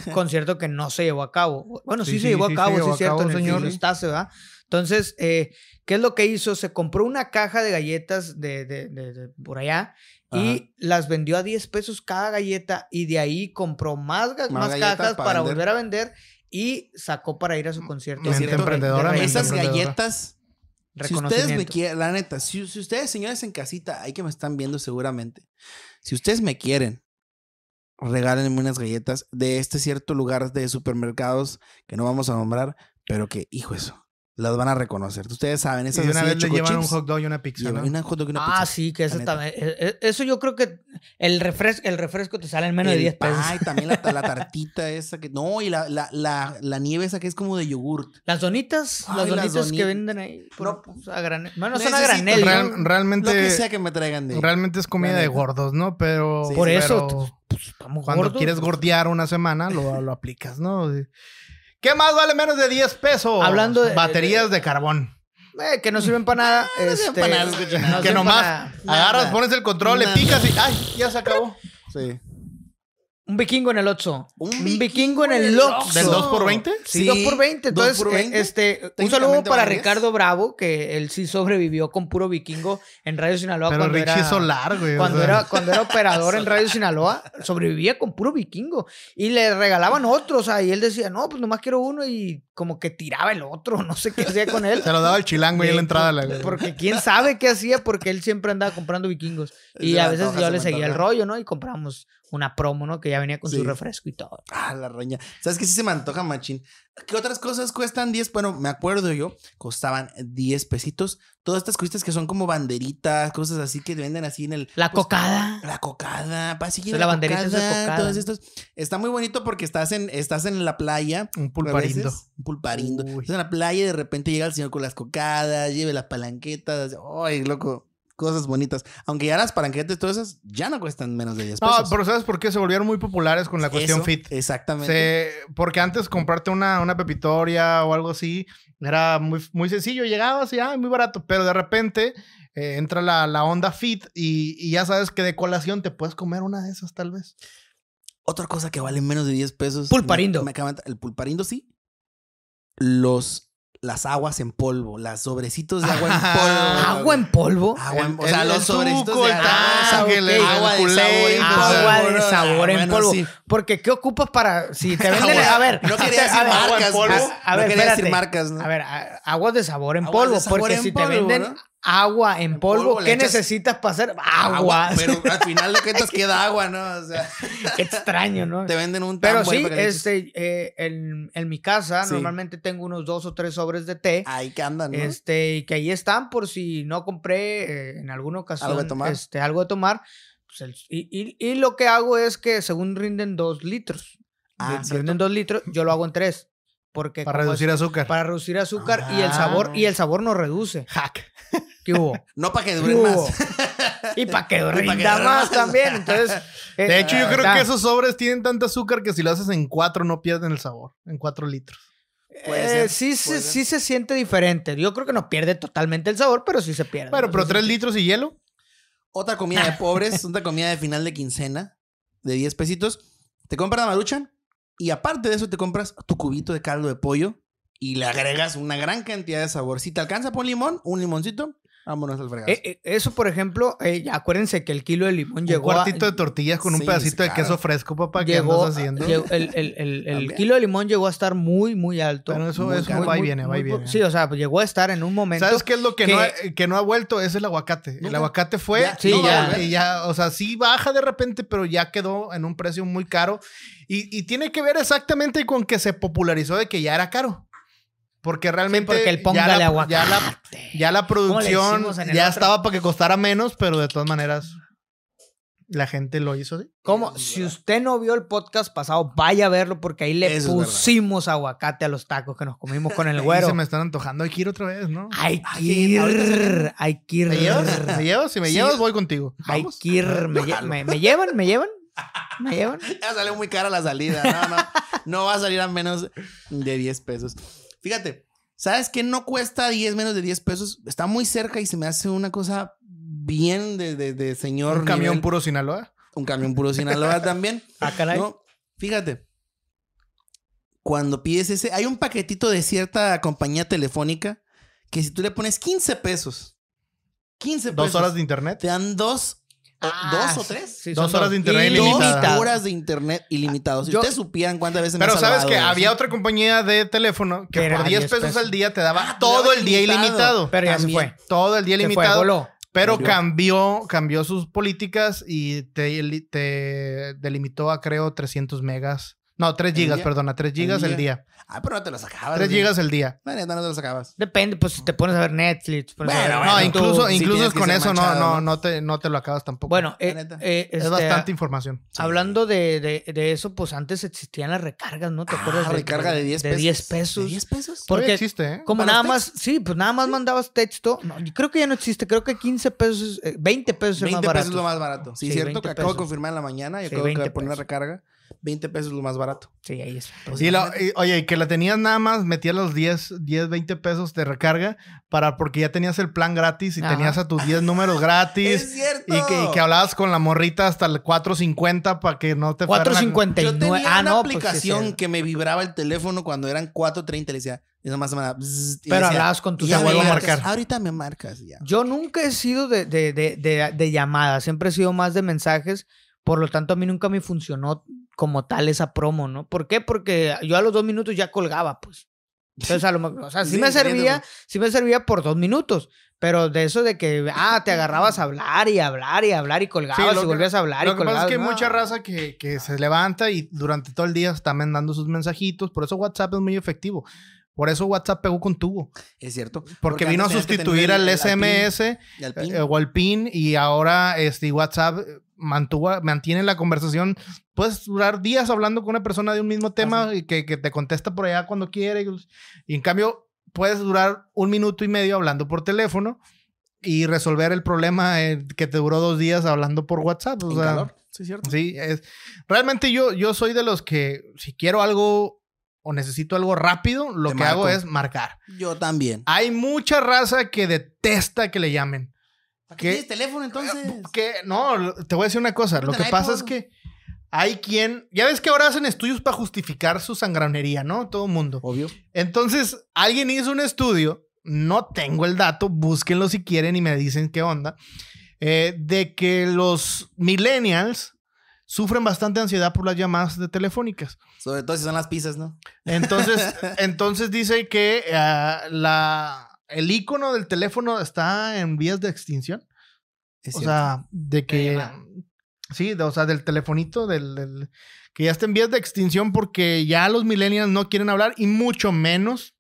C: un concierto que no se llevó a cabo. Bueno, sí,
B: Sí,
C: se
B: sí,
C: llevó
B: sí, se
C: a cabo,
B: llevó
C: sí,
B: a
C: es cierto,
B: cabo,
C: en el
B: señor.
C: Filo Stase, ¿verdad? Entonces, eh, ¿qué es lo que hizo? Se compró una caja de galletas de, de- de- de por allá.
A: Ajá.
C: Y las vendió a 10 pesos cada galleta y de ahí compró más, ga-
A: Más
C: más
A: galletas
C: cajas
A: para
C: para
A: vender. Mm,
C: volver a vender y sacó para ir a su concierto.
B: Mente
C: de- de- de-
B: emprendedora,
C: de-
B: mente
A: Esas
B: emprendedora.
A: galletas, si ustedes me
C: reconocimiento.
A: quieren, la neta, si, si ustedes, señores en casita, ahí que me están viendo seguramente, si ustedes me quieren, regálenme unas galletas de este cierto lugar de supermercados que no vamos a nombrar, pero que, hijo eso, las van a reconocer. Ustedes saben,
B: Y
A: esas
B: de una
A: así de
B: vez le
A: choco
B: llevan un
A: chips,
B: hot dog y una pizza.
A: llevan
B: ¿no?
A: una hot dog y una
C: Ah,
A: pizza.
C: sí, que eso
A: la neta.
C: también. eh, eh, Eso yo creo que el refresco, el refresco te sale en menos de
A: El
C: 10 pesos.
A: pie, también la, la tartita esa que... No, y la, la, la, la nieve esa que es como de yogurt.
C: Las donitas,
A: Ay,
C: las
A: las
C: donitas que
A: donitas.
C: venden ahí. por-
A: No,
C: pues, a granel. Bueno, son a
A: necesito
C: granel. ¿no?
A: real-
B: Pues Real-
A: Lo que
B: realmente,
A: sea que me traigan de...
B: realmente es comida
A: La
B: de
A: neta.
B: gordos, ¿no? Pero.
A: Sí.
C: Por
B: pero
C: eso, pues, estamos
B: Cuando
C: gordos.
B: quieres gordear una semana, lo, lo aplicas, ¿no? ¿Qué más vale menos de 10 pesos?
C: Hablando de-
B: Baterías de carbón.
C: Eh, que no sirven para nada. este,
A: sirven pa' nada, esas cochinadas.
C: no
B: que
C: sirven pa'
B: nomás
C: nada.
B: agarras,
A: Nada.
B: pones el control, le
A: Nada.
B: picas y. ¡Ay! Ya se acabó.
A: Sí.
C: Un vikingo en el Oxxo.
A: Un
C: Un
A: vikingo
C: vikingo, en el Oxxo.
B: ¿Del 2 por 20?
C: Sí, 2 por 20.
A: dos
C: Entonces,
A: por
C: eh,
A: 20.
C: este, un
A: Técnicamente
C: saludo para
A: valen diez.
C: Ricardo Bravo, que él sí sobrevivió con puro vikingo en Radio Sinaloa.
B: Pero
C: cuando
B: Richie
C: era,
B: Solar, güey. o
C: Cuando
B: sea.
C: era, cuando era operador en Radio Sinaloa, sobrevivía con puro vikingo. Y le regalaban otros. O sea, y él decía, no, pues nomás quiero uno. Y como que tiraba el otro. No sé qué hacía con él.
B: Se lo daba el chilango ahí en la
C: Sí,
B: entrada.
C: por-
B: la-
C: Porque quién sabe qué hacía, porque él siempre andaba comprando vikingos. Y
A: Se
C: a
A: me
C: veces
A: antoja,
C: yo
A: se
C: le
A: me
C: seguía el
A: antoja.
C: rollo, ¿no? Y compramos una promo, ¿no? Que ya venía con
A: Sí.
C: su refresco y todo.
A: Ah, la roña. ¿Sabes qué sí se me antoja, machín? ¿Qué otras cosas cuestan 10? Bueno, me acuerdo yo, costaban 10 pesitos. Todas estas cositas que son como banderitas, cosas así que venden así en el...
C: La
A: pues,
C: cocada.
A: La cocada, pa, sí,
C: sea, la banderita es de cocada.
A: todos estos. Está muy bonito porque estás en, estás en la playa.
B: Un
A: a
B: pulparindo.
A: veces, Un pulparindo.
B: Uy.
A: Estás en la playa y de repente llega el señor con las cocadas, lleve las palanquetas. Ay, loco. Cosas bonitas. Aunque ya las palanquetas, todas esas, ya no cuestan menos de 10
B: No,
A: pesos.
B: pero ¿sabes por qué se volvieron muy populares con la cuestión
A: Eso,
B: fit?
A: Exactamente.
B: Se- porque antes comprarte una, una pepitoria o algo así era muy, muy sencillo, llegabas y ah, muy barato, pero de repente eh, entra la, la onda fit y, y ya sabes que de colación te puedes comer una de esas tal vez.
A: Otra cosa que vale menos de 10 pesos.
C: Pulparindo.
A: Me, me acaban- el pulparindo, sí. Los, las aguas en polvo, las sobrecitos de agua en polvo. Ah.
C: Agua en polvo.
A: Agua en-
B: El-
A: o sea,
B: el- el
A: los sobrecitos
B: suco,
A: de
B: el
A: agua, ah,
B: Tangs, el-
A: ok.
B: el
A: agua de sabor en
B: Kool-Aid, o sea,
C: ah, Agua de
A: polvo, ¿no?
C: sabor en
A: Bueno,
C: polvo.
A: sí.
C: Porque, ¿qué ocupas para.? Si te venden.
A: Agua.
C: A ver.
A: no quería
C: a
A: decir
C: ver,
A: marcas.
B: agua en
A: pues.
B: polvo.
C: A
A: no
C: ver,
A: quería
C: espérate.
A: decir marcas. ¿no?
C: A ver, a- aguas de sabor en
A: Aguas de
C: polvo.
A: sabor
C: porque
A: en
C: si
A: polvo,
C: te venden
A: ¿no?
C: agua en polvo,
A: polvo, le
C: ¿qué
A: echas-
C: necesitas para hacer? Agua.
A: Pero al final lo que te queda agua, ¿no? O sea,
C: Qué extraño, ¿no?
A: te venden un
C: Pero
A: tambo ahí
C: sí,
A: para que le eches.
C: este, eh, en, en mi casa
A: Sí.
C: normalmente tengo unos dos o tres sobres de té.
A: Ahí que andan, ¿no?
C: Este, y que ahí están por si no compré eh, en alguna ocasión
A: Algo de tomar.
C: Este, algo de tomar. pues, el- y, y- y lo que hago es que según rinden dos litros,
A: Ah,
C: de-
A: ¿cierto?
C: rinden dos litros, yo lo hago en tres. Porque
B: Para
C: como
B: reducir
C: es-
B: azúcar.
C: para reducir azúcar y el
A: Ah.
C: sabor, y el sabor no reduce.
B: Hack.
C: ¿Qué hubo?
A: No para que
C: ¿Qué
A: duren
C: hubo?
A: más.
C: Y para que
A: que
C: rinda
A: dure
C: más
A: más.
C: también. Entonces, eh,
B: De hecho, yo creo
C: está.
B: que esos sobres tienen tanto azúcar que si lo haces en cuatro no pierden el sabor, en cuatro litros.
A: Puede
C: Eh,
A: ser,
C: sí, se-
A: puede ser.
C: sí se siente diferente. Yo creo que no pierde totalmente el sabor, pero sí se pierde.
B: Bueno, pero
C: Entonces,
B: tres litros y hielo.
A: Otra comida de pobres, otra comida de final de quincena de 10 pesitos. Te compras la maruchan y aparte de eso te compras tu cubito de caldo de pollo y le agregas una gran cantidad de sabor. Si te alcanza por limón, un limoncito, vámonos al fregazo.
C: Eh, eh, eso, por ejemplo, eh, ya acuérdense que el kilo de limón llegó
B: un
C: a-
B: cuartito de tortillas con
A: Sí,
B: un pedacito de
A: claro.
B: queso fresco, papá. ¿Qué
C: llegó,
B: andas haciendo?
C: llegó- el, el- el- el
A: También.
C: kilo de limón llegó a estar muy, muy alto.
B: Pero eso,
A: muy
B: eso
A: caro.
B: va y
C: Muy-
B: viene, va
C: muy
B: y
C: po-
B: viene.
C: Sí, o sea, llegó a estar en un momento.
B: ¿Sabes qué es lo que, No,
C: que-
B: ha, eh, que no ha vuelto? Es el aguacate. El
A: Nunca.
B: aguacate fue
A: Ya,
C: Sí,
B: no va a
C: ya.
B: volver. y ya, o sea, sí baja de repente, pero ya quedó en un precio muy caro. Y, y tiene que ver exactamente con que se popularizó de que ya era caro. Porque realmente
C: porque el
B: ya,
C: póngale
B: la,
C: aguacate.
B: ya la, ya la producción
C: hicimos en el
B: ya
C: otro?
B: estaba para que costara menos, pero de todas maneras la gente lo hizo así.
C: ¿Cómo? Si usted no vio el podcast pasado, vaya a verlo porque ahí le
A: Eso es verdad.
C: pusimos aguacate a los tacos que nos comimos con el
B: Ahí
C: güero.
B: se me están antojando. Hay que ir otra vez, ¿no?
C: Hay que
A: Ay, Ah, ahorita
C: ir, hay que ir.
B: ¿Me llevas? ¿Me llevas? Si me
A: Sí.
B: llevas, voy contigo.
C: Hay que ir. ¿Me, lle- me- me llevan? ¿Me llevan? ¿Me llevan?
A: Ya salió muy cara la salida. No, no. No va a salir a menos de 10 pesos. Fíjate, ¿sabes qué? No cuesta 10 menos de 10 pesos. Está muy cerca y se me hace una cosa bien de, de- de señor.
B: Un camión
A: nivel.
B: puro Sinaloa.
A: Un camión puro Sinaloa también.
C: Ah, caray.
A: No, fíjate. Cuando pides ese, hay un paquetito de cierta compañía telefónica que si tú le pones 15 pesos, 15 pesos,
B: Dos horas de internet.
A: te dan dos, o-
C: Ah,
A: dos o
C: sí,
A: tres.
C: sí,
B: Dos
C: son
B: horas de internet ilimitada.
A: Dos
C: Ilimitada.
A: horas de internet ilimitado. Si
C: Yo-
A: ustedes supieran cuántas veces me
B: Pero
A: ha
B: sabes
A: salvado
B: que
A: eso.
B: había otra compañía de teléfono que
C: Pero
B: por
C: a
B: 10
C: 10
B: pesos,
C: pesos.
B: al día te daba
A: Ah, te
B: todo
A: daba
B: el día
A: ilimitado.
B: ilimitado.
C: Pero ya se
A: También.
C: fue.
B: Todo el día
C: Se fue,
B: ilimitado.
C: voló.
B: pero
A: Volvió.
B: cambió, cambió sus políticas y te, te delimitó a creo 300 megas. No, 3
A: ¿El
B: gigas,
A: día?
B: perdona, 3 gigas
A: ¿El
B: el día.
A: Ah, pero no te lo sacabas.
B: 3
A: güey.
B: gigas el día.
A: La neta, no te lo sacabas.
C: Depende, pues si te pones a ver Netflix. pones a
A: Bueno,
C: ver
A: bueno,
B: no,
C: YouTube.
B: incluso,
A: sí
B: incluso
A: tienes que
B: con
A: ser
B: eso
A: manchado,
B: no,
A: ¿no?
B: no, no, te, no te lo acabas tampoco.
C: Bueno,
A: La
C: eh,
A: neta.
C: eh,
B: es
C: este,
B: bastante información.
C: Hablando de, de- de eso, pues antes existían las recargas, ¿no? ¿Te acuerdas?
A: Ah,
C: de-
A: recarga de 10
C: De
A: pesos.
C: 10 pesos.
A: ¿De 10 pesos?
C: Por-
B: Porque
C: porque-
B: existe, ¿eh?
C: Como
A: ¿Para
C: nada
A: los
C: más, sí, pues nada más mandabas texto. No, yo creo que ya no existe, creo que 15 pesos, eh, 20 pesos es
A: 20 pesos
C: más barato.
A: es lo más barato. Sí,
C: Sí,
A: cierto
C: 20
A: que acabo de
C: pesos.
A: confirmar en la mañana y
C: Sí,
A: acabo de
C: 20
A: poner la
C: pesos.
A: recarga. 20 pesos es lo más barato.
C: Sí, ahí es. Pues,
B: Y la- y- oye, y que la tenías nada más, metías los 10, 10, 20 pesos de recarga para porque ya tenías el plan gratis y
C: Ajá.
B: tenías a tus 10 números gratis.
A: Es cierto.
B: Y que, y que hablabas con la morrita hasta el 4.50 para que no te fueran a-
C: 4.59.
A: Yo tenía
C: ah,
A: una
C: no, pues, sí,
A: aplicación
C: sí.
A: que me vibraba el teléfono cuando eran 4.30 y le decía, y nomás me mandaba, bzzz, y
C: Pero
A: decía,
C: hablabas con tus
A: "Ya me
B: abuelos pues, a
A: marcas,
B: marcar".
A: Ahorita me marcas ya.
C: Yo nunca he sido de, de, de, de- de llamadas, siempre he sido más de mensajes. Por lo tanto, a mí nunca me funcionó como tal esa promo, ¿no? ¿Por qué? Porque yo a los dos minutos ya colgaba, pues. Entonces, a lo mejor- o sea, sí,
A: Sí,
C: me
A: entiendo,
C: servía, sí me servía por dos minutos, pero de eso de que, ah, te agarrabas a hablar y hablar y hablar y
B: Sí,
C: colgabas
B: lo
C: y
B: que-
C: volvías a hablar
B: Lo
C: y
B: que pasa
C: colgabas.
B: es que hay
C: ¿no?
B: mucha raza que, que se levanta y durante todo el día está mandando sus mensajitos. Por eso WhatsApp es muy efectivo. Por eso WhatsApp pegó con tubo.
A: Es cierto.
B: Porque, vino a
A: antes tenías que tener
B: sustituir al
A: el- el
B: SMS
A: pin, y al pin.
B: eh, o al PIN y ahora este, WhatsApp eh, mantuvo, mantiene la conversación. Puedes durar días hablando con una persona de un mismo tema y que, que te contesta por allá cuando quiere. y pues, Y en cambio, puedes durar un minuto y medio hablando por teléfono y resolver el problema eh, que te duró dos días hablando por WhatsApp. o
A: En
B: sea,
A: calor. Sí, es cierto.
B: Sí, es, realmente yo, yo soy de los que si quiero algo o necesito algo rápido, lo
A: Te
B: que
A: marco.
B: hago es marcar.
A: Yo también.
B: Hay mucha raza que detesta que le llamen.
A: ¿Para
B: ¿qué?
A: qué tienes teléfono entonces?
B: Que no, lo- te voy a decir una cosa. Lo
A: Cómprate
B: que
A: un
B: pasa
A: iPod.
B: es que hay quien. Ya ves que ahora hacen estudios para justificar su sangranería, ¿no? Todo el mundo.
A: Obvio.
B: Entonces, alguien hizo un estudio. No tengo el dato, búsquenlo si quieren y me dicen qué onda. eh, de que los millennials sufren bastante ansiedad por las llamadas de telefónicas.
A: Sobre todo si son las pizzas, ¿no?
B: Entonces, entonces dice que ah, la, el icono del teléfono está en vías de extinción.
A: Es
B: O
A: cierto.
B: sea, de que.
C: llamada.
B: Sí, de- o sea, del telefonito, del, del- que ya está en vías de extinción porque ya los millennials no quieren hablar y mucho menos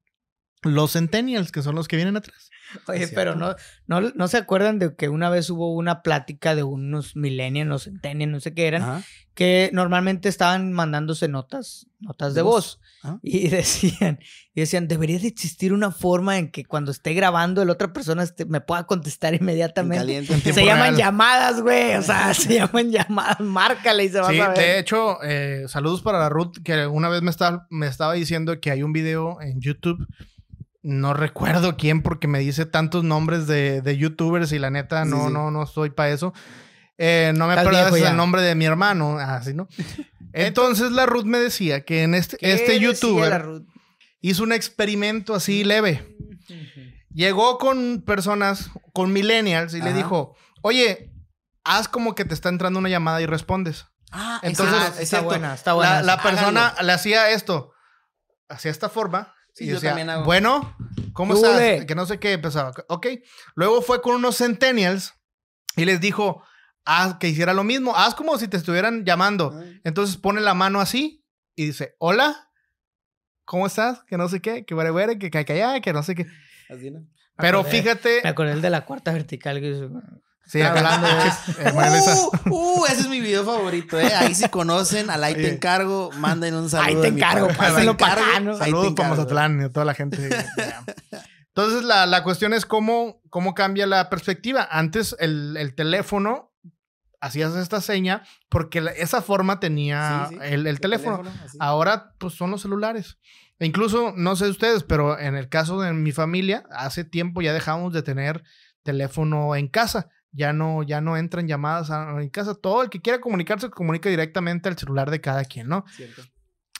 B: los centennials, que son los que vienen atrás.
C: Oye,
A: Es
C: pero no, no, no se acuerdan de que una vez hubo una plática de unos millennials, no centennials, no sé qué eran,
A: Ajá.
C: que normalmente estaban mandándose notas, notas de,
A: De voz.
C: voz.
B: ah.
A: Ajá.
C: Y decían, y decían, debería de existir una forma en que cuando esté grabando la otra persona este, me pueda contestar
A: En
C: inmediatamente.
A: caliente. en
C: Se
A: tiempo
B: real.
C: llaman llamadas, güey. O sea, se llaman llamadas. Márcale y se va
B: Sí,
C: a ver.
B: de hecho, eh, saludos para la Ruth, que una vez me, está- me estaba diciendo que hay un video en YouTube No recuerdo quién porque me dice tantos nombres de, de youtubers y la neta
A: Sí,
B: no,
A: sí.
B: no, no soy para eso. Eh, no me
C: Estás
B: acuerdo
C: viejo ya.
B: el nombre de mi hermano, así, ¿no? Entonces la Ruth me decía que en este, este youtuber hizo un experimento así leve. Llegó con personas, con millennials, y le
A: Ajá.
B: dijo, oye, haz como que te está entrando una llamada y respondes.
A: Ah,
B: Entonces,
A: exacto,
C: está
A: exacto.
C: buena, está buena.
B: La, la
A: háganlo.
B: persona le hacía esto, hacía esta forma.
A: Sí,
B: y
A: yo
B: decía,
A: también hago.
B: Bueno, ¿cómo
C: ¿Qué
B: estás?
C: hule?
B: Que no sé qué empezaba. Ok. Luego fue con unos centennials y les dijo haz que hiciera lo mismo. Haz como si te estuvieran llamando. Entonces pone la mano así y dice, hola, ¿cómo estás? Que no sé qué, que guare guare, que cacayá, que no sé qué.
A: Así, ¿no?
B: Pero
C: acordé.
B: fíjate,
C: Me acordé el de la cuarta vertical que hizo.
B: sí, hablando de eh, María Luisa.
A: Uh, uh, ese es mi video favorito, ¿eh? Ahí si conocen, al ahí te encargo, manden un saludo.
C: Ahí te
A: de mi
C: encargo,
A: parte.
C: pásenlo
A: Ahí te
C: para acá,
A: encargo,
C: ¿no?
A: ahí te
B: Saludos para
A: encargo.
B: Mazatlán y a toda la gente. Ya. Entonces, la, la cuestión es cómo, cómo cambia la perspectiva. Antes, el, el teléfono, hacías esta seña porque la- esa forma tenía
A: Sí, sí,
B: Ah, el, el teléfono.
A: así.
B: Ahora, pues son los celulares. E incluso, no sé ustedes, pero en el caso de mi familia, hace tiempo ya dejamos de tener teléfono en casa. Ya no, ya no entran llamadas a- en casa. Todo el que quiera comunicarse comunica directamente al celular de cada quien, ¿no?
A: Cierto.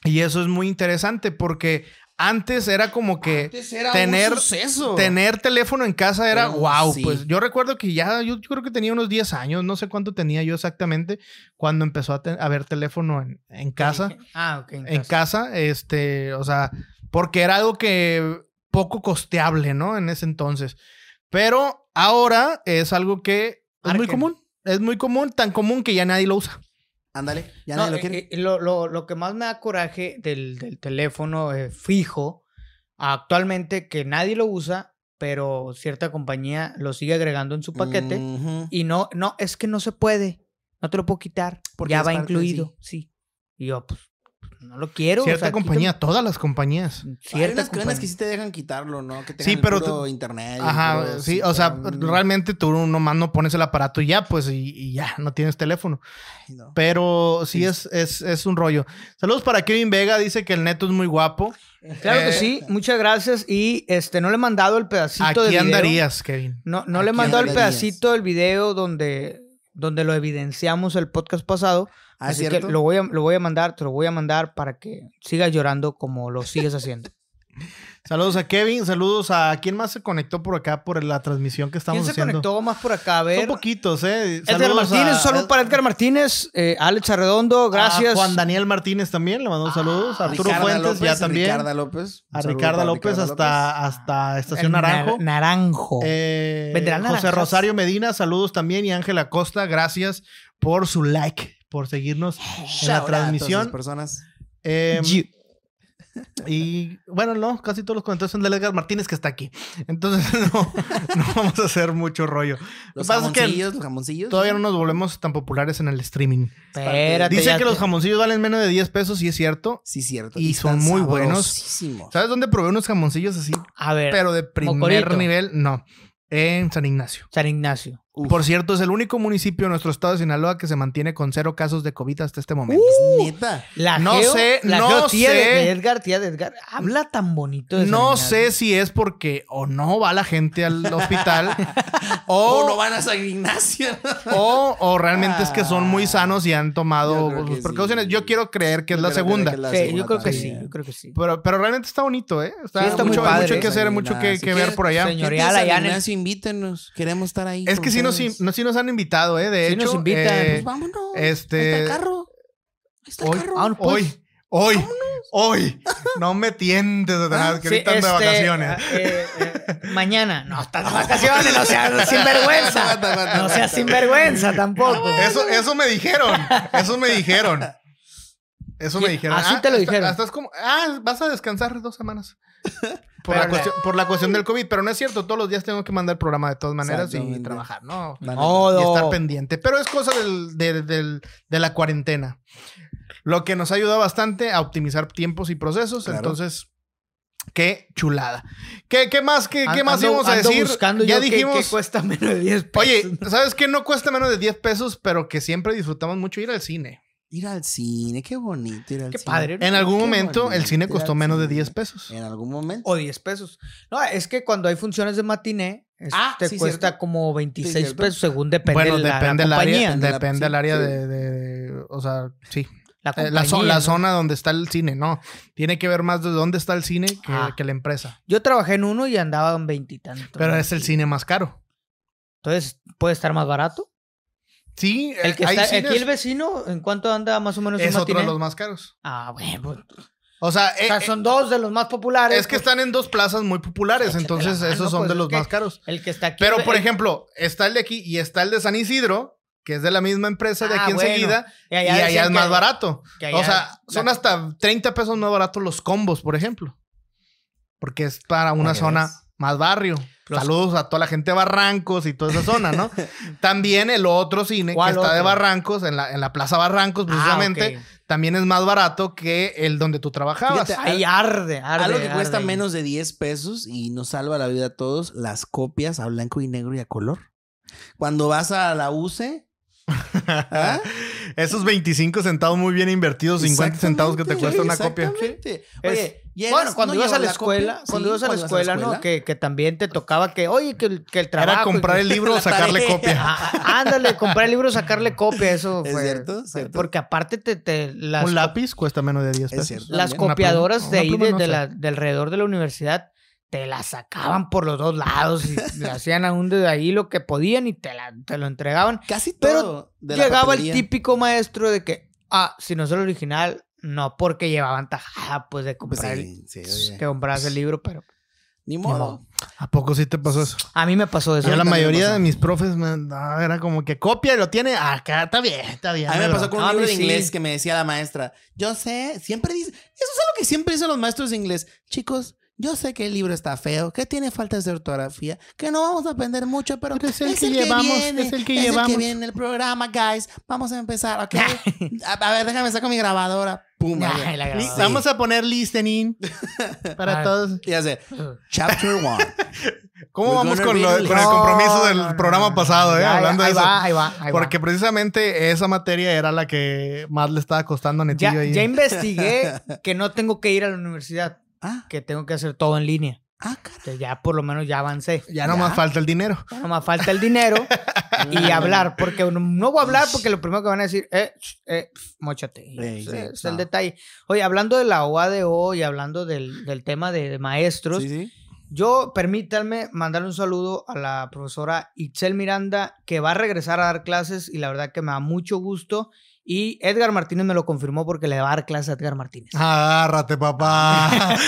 B: Y eso es muy interesante porque antes era como que
A: Antes era
B: tener-
A: un suceso.
B: tener teléfono en casa era
A: Pero,
B: wow.
A: sí.
B: Pues yo recuerdo que ya, yo, yo creo que tenía unos 10 años, no sé cuánto tenía yo exactamente cuando empezó a, te- a ver teléfono en, en casa.
C: Ah, ok.
B: En casa, este, o sea, porque era algo que poco costeable, ¿no? En ese entonces. Pero ahora es algo que es muy
C: Arquen.
B: común. Es muy común, tan común que ya nadie lo usa.
A: Ándale, ya
C: No,
A: nadie lo
C: eh,
A: quiere.
C: eh, lo, lo- lo que más me da coraje del, del teléfono eh, fijo actualmente que nadie lo usa, pero cierta compañía lo sigue agregando en su paquete
A: Ujú.
C: y no, no, es que no se puede, no te lo puedo quitar,
A: Porque
C: ya
A: es
C: va
A: parte,
C: incluido, sí. Y yo, pues, no lo quiero. o
B: Cierta
C: sea,
B: compañía, todas las compañías.
C: quítame-
A: Hay
C: Cierta
A: unas cadenas que
C: compañía.
A: sí te dejan quitarlo, ¿no? Que tengan
B: Sí,
A: el
B: pero
A: puro
B: tú-
A: internet. y el
B: Ajá,
A: puro-
B: sí, o sea,
A: pero, mm,
B: realmente tú nomás no pones el aparato y ya, pues, y, y ya, no tienes teléfono.
A: ay, no.
B: Pero sí es, es, es un rollo. Saludos para Kevin Vega, dice que el neto es muy guapo.
C: Claro que
B: Eh,
C: sí,
A: ah,
C: muchas gracias. Y este, no le he mandado el pedacito
B: Aquí
C: de video.
B: andarías, Kevin.
C: No, no le he
A: Aquí
C: mandado el
A: andarías.
C: pedacito del video donde, donde lo evidenciamos el podcast pasado.
A: Ah,
C: así
A: ¿cierto?
C: que lo voy, a, lo voy a mandar, te lo voy a mandar para que sigas llorando como lo sigues haciendo.
B: Saludos a Kevin, saludos a quién más se conectó por acá por la transmisión que estamos
C: ¿Quién se
B: haciendo.
C: conectó más por acá? A ver.
B: Son poquitos, ¿eh?
C: Edgar
B: Saludos a-
C: Martínez, salud para Edgar Martínez, eh, Alex Arredondo, gracias. Ah,
B: A Juan Daniel Martínez también, le mando saludos. A Arturo
A: Ricarda
B: Fuentes,
A: López,
B: ya también.
A: Ricarda López. Un
B: a
A: saludo
B: Ricardo
A: para
B: López,
A: Ricarda
B: hasta,
A: López.
B: hasta
C: El
B: Estación
C: nar-
B: Naranjo.
C: Eh, naranjo.
B: Eh,
C: ¿Vendrán
B: José
C: naranjas?
B: Rosario Medina, saludos también. Y Ángela Costa, gracias por su like, por seguirnos
A: Shout out a
B: en la
A: todas esas
B: transmisión.
A: personas.
B: Eh,
C: Ye-
B: y bueno, no, casi todos los comentarios son de Edgar Martínez que está aquí. Entonces no, no vamos a hacer mucho rollo. Lo que
A: Los
B: pasa es que
A: jamoncillos, los jamoncillos.
B: Todavía no nos volvemos tan populares en el streaming.
C: Espérate,
B: Dicen
C: ya
B: que
C: te-
B: los jamoncillos valen menos de 10 pesos, y es cierto.
A: Sí, cierto.
B: Y son
A: están
B: muy buenos.
A: sabrosísimos.
B: ¿Sabes dónde probé unos jamoncillos así?
C: A ver,
B: Pero de primer
C: Eh, Mocorito.
B: nivel, no. En San Ignacio.
C: San Ignacio.
A: Uf,
B: Por cierto, es el único municipio en nuestro estado de Sinaloa que se mantiene con cero casos de COVID hasta este momento.
C: Uh.
A: es neta.
C: La
B: No
C: Geo-
B: sé,
C: la
B: no
C: Geo, tía de-
B: sé.
C: de Edgar, tía de Edgar, habla tan bonito de San
B: No
C: Ignacio.
B: sé si es porque o no va la gente al hospital
A: O
B: o,
A: Oh, no van a San Ignacio.
B: o, o realmente es que son muy
A: Ah.
B: sanos y han
A: Yo
B: tomado
A: creo que
B: sus
A: sí.
B: precauciones. Yo quiero creer que es la
A: Creo
B: segunda.
A: que es la
C: Sí,
A: segunda
C: yo creo que sí,
A: también.
C: yo creo que sí.
B: Pero, pero realmente está bonito, ¿eh? Está,
C: Sí, está muy
B: mucho, hay
C: padre,
B: mucho que
C: ¿eh?
B: hacer, mucho que,
A: Si
B: que ver por allá.
C: quieren,
A: Gente de
C: Señorial,
A: San
C: allá en el-
A: Ignacio, invítenos. Queremos estar ahí.
B: Es
A: con
B: que sí nos,
A: ustedes.
B: in- no, sí nos han invitado, ¿eh? De
C: Sí
B: hecho,
C: nos invitan.
B: eh,
A: Pues vámonos.
B: este-
A: Ahí está el carro. Ahí está el
B: hoy, Ah,
A: carro.
C: vámonos, pues.
B: hoy, hoy, hoy. No me tientes,
A: Ah,
B: Satanás, que
C: Sí,
B: ahorita ando de
C: este,
B: vacaciones.
C: eh, eh, mañana. No, estás de vacaciones, no seas sinvergüenza.
A: Aguanta, aguanta,
C: No seas
A: aguanta.
C: sinvergüenza tampoco.
B: Ah, Eso, eso me dijeron. Eso me dijeron. Eso me
C: Sí,
B: dijeron. Ah,
C: así te lo
B: está-
C: dijeron.
B: estás como, ah, vas a descansar dos semanas. Por, la
C: Pero-
B: cuestión, por la cuestión del COVID. Pero no es cierto. Todos los días tengo que mandar programa de todas maneras y
A: Exactamente.
B: trabajar, ¿no?
A: La neta.
C: Modo.
B: Y estar pendiente. Pero es cosa del, del- del- de la cuarentena. Lo que nos ha ayudado bastante a optimizar tiempos y procesos.
A: Claro.
B: Entonces, qué chulada. ¿Qué, qué más, qué, qué
C: Ando-
B: más íbamos a
C: ando
B: decir?
C: buscando
B: Ya
C: yo qué- qué
B: dijimos.
C: cuesta menos de 10 pesos.
B: Oye, ¿sabes qué? No cuesta menos de 10 pesos, pero que siempre disfrutamos mucho ir al cine.
A: Ir al cine, qué bonito ir al
C: Qué
A: cine.
C: padre, ¿no?
B: En algún
A: Qué
B: momento el
A: bonito
B: cine
A: ir
B: costó
A: al
B: menos de
A: cine.
B: 10 pesos.
A: En algún momento.
C: O 10 pesos. No, es que cuando hay funciones de matiné, es-
A: Ah,
C: te
A: sí,
C: cuesta
A: cierto.
C: como 26
A: cierto.
C: pesos, según depende,
B: bueno,
C: la- la,
B: depende del
C: compañía.
A: de
B: área,
A: la-
B: depende del
A: sí,
B: área
A: sí.
B: de, de- o sea, sí,
C: la
B: Eh, la, zo-
C: compañía,
B: la
C: ¿no?
B: zona donde está el cine, no, tiene que ver más de dónde está el cine que,
C: Ah.
B: que la empresa,
C: Yo trabajé en uno y andaba en veintitantos.
B: pero es el cine más caro.
C: Entonces, ¿puede estar más barato?
B: Sí,
C: El que
B: eh, hay
C: está
B: cines-
C: aquí el vecino, ¿en cuánto anda más o menos
B: es
C: un
B: otro de
C: matiné?
B: los más caros.
C: Ah, bueno. O
B: O sea, eh,
C: sea,
B: eh,
C: son dos de los más populares.
B: es que
C: pues,
B: están en dos plazas muy populares,
C: Échate
B: entonces
C: la mano,
B: esos son
C: pues,
B: de
C: es
B: los
C: que-
B: más caros.
C: El que está aquí. pues, eh,
B: Pero, por
C: el-
B: ejemplo, está el de aquí y está el de San Isidro, que es de la misma empresa de
C: Ah,
B: aquí
C: bueno.
B: enseguida,
C: y
B: y allá
C: decían
B: es más
C: que-
B: barato.
C: que
B: O
C: allá- Ah,
B: sea, son
C: la-
B: hasta 30 pesos más baratos los combos, por ejemplo. Porque es para una
A: que
B: zona
A: veas.
B: más barrio.
C: Los-
B: Saludos a toda la gente de Barrancos y toda esa zona, ¿no? también el otro cine que
C: ¿Cuál
B: está de
C: otro?
B: Barrancos, en la, en la Plaza Barrancos,
C: Ah,
B: precisamente,
C: ok.
B: también es más barato que el donde tú trabajabas.
A: Fíjate,
C: Ahí arde, arde.
A: Algo que
C: arde
A: cuesta
C: ahí.
A: menos de 10 pesos y nos salva la vida a todos, las copias a blanco y negro y a color. Cuando vas a la UCE, ¿ah?
B: Esos 25 centavos muy bien invertidos, 50 centavos que te
A: Exactamente,
B: cuesta
A: sí,
B: una copia.
A: exactamente.
C: Es-
A: Oye, llegas,
C: Bueno, cuando
A: no
C: ibas a
A: llevo
C: la
A: copia,
C: escuela,
A: sí,
C: cuando ibas a la escuela, ¿no? Que, que también te tocaba que, oye, que el, que el trabajo.
B: Era comprar
C: que-
B: el libro,
A: La
B: sacarle
A: tarea.
B: copia.
C: Ah, ah, ándale, comprar el libro, sacarle copia, eso
A: Es
C: fue.
A: cierto,
C: fue-
A: cierto.
C: Porque aparte te, te- las,
B: Un lápiz cuesta menos de 10
A: Es
B: pesos.
A: cierto.
C: las
A: También.
B: Una pluma-
C: copiadoras de
B: una
C: ahí,
B: pluma
C: de,
B: no
C: de
B: sé.
C: la- de alrededor de la universidad, te las sacaban por los dos lados y le hacían aún de ahí lo que podían y te, la- te lo entregaban.
A: Casi
C: Pero
A: todo. de la
C: Llegaba el
A: papelería.
C: típico maestro de que, ah, si no es el original, no, porque llevaban tajada, pues, de
A: Pues
C: comprar
A: sí, sí,
C: el,
A: oye.
C: que compras el libro, pero
A: Ni modo.
C: modo.
B: ¿A poco sí te pasó eso?
C: a mí me pasó eso.
B: Yo
A: mí
B: la
A: también me
B: mayoría
A: pasó.
B: de mis profes me- no, era como que copia y lo tiene acá, está bien, está bien.
A: A mí
B: no
A: me
B: hay
A: pasó
B: bronca.
A: con un
C: Ah, a
A: libro
C: mí
A: de
C: sí.
A: inglés que me decía la maestra. Yo sé, siempre dice. Eso es algo que siempre dicen los maestros de inglés. Chicos, yo sé que el libro está feo, que tiene faltas de ortografía, que no vamos a aprender mucho, pero,
B: Pero es el que llevamos, es el que llevamos.
A: viene en el programa, guys. Vamos a empezar, ¿ok? a, a ver, déjame saco mi grabadora. Pum.
C: Ay,
A: ahí.
C: la
B: Li-
C: grabadora.
B: Vamos a poner listening para
C: Ah.
B: todos.
A: Ya sé. Chapter one.
B: ¿Cómo
A: We're
B: vamos
A: gonna
B: con, lo-
A: really-
B: con el
A: No,
B: compromiso
C: No,
B: del
C: no, no,
B: programa
C: no,
B: pasado,
C: no,
B: eh?
C: ya,
B: hablando
C: ahí
B: de eso?
C: va, ahí va, ahí va.
B: Porque precisamente esa materia era la que más le estaba costando a Netillo
C: ya,
B: ahí.
C: ya investigué que no tengo que ir a la universidad,
A: Ah,
C: que tengo que hacer todo en línea.
A: ah, caray.
C: Entonces ya por lo menos ya avancé.
B: Ya nomás
A: Ya.
B: falta el dinero.
C: Ya nomás falta el dinero y hablar, porque no, no voy a hablar porque lo primero que van a decir, eh, ch, eh, pf, mochate. Y
A: Ey,
C: ese
A: sí,
C: es el
A: no.
C: detalle. Oye, hablando de la OADO y hablando del, del tema de, de maestros,
A: Sí, sí.
C: yo permítanme mandarle un saludo a la profesora Itzel Miranda, que va a regresar a dar clases y la verdad que me da mucho gusto. Y Edgar Martínez me lo confirmó porque le va a dar clases a Edgar Martínez.
B: Ah. Agárrate, papá.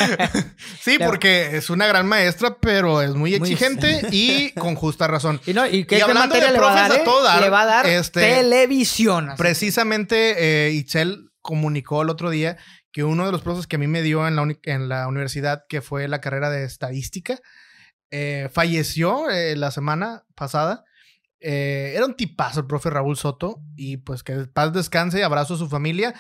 B: sí,
C: Le-
B: porque es una gran maestra, pero es muy
C: Muy-
B: exigente y con justa razón.
C: Y, no, ¿y qué,
B: Y
C: qué
B: hablando de
C: materia le va
B: profes
C: a dar?
B: a
C: eh?
B: todo dar,
C: le va a dar
B: este,
C: televisión. así.
B: Precisamente, eh, Itzel comunicó el otro día que uno de los profes que a mí me dio en la, uni- en la universidad, que fue la carrera de estadística, eh, falleció eh, la semana pasada. Eh, era un tipazo el profe Raúl Soto y pues que paz descanse, abrazo a su familia.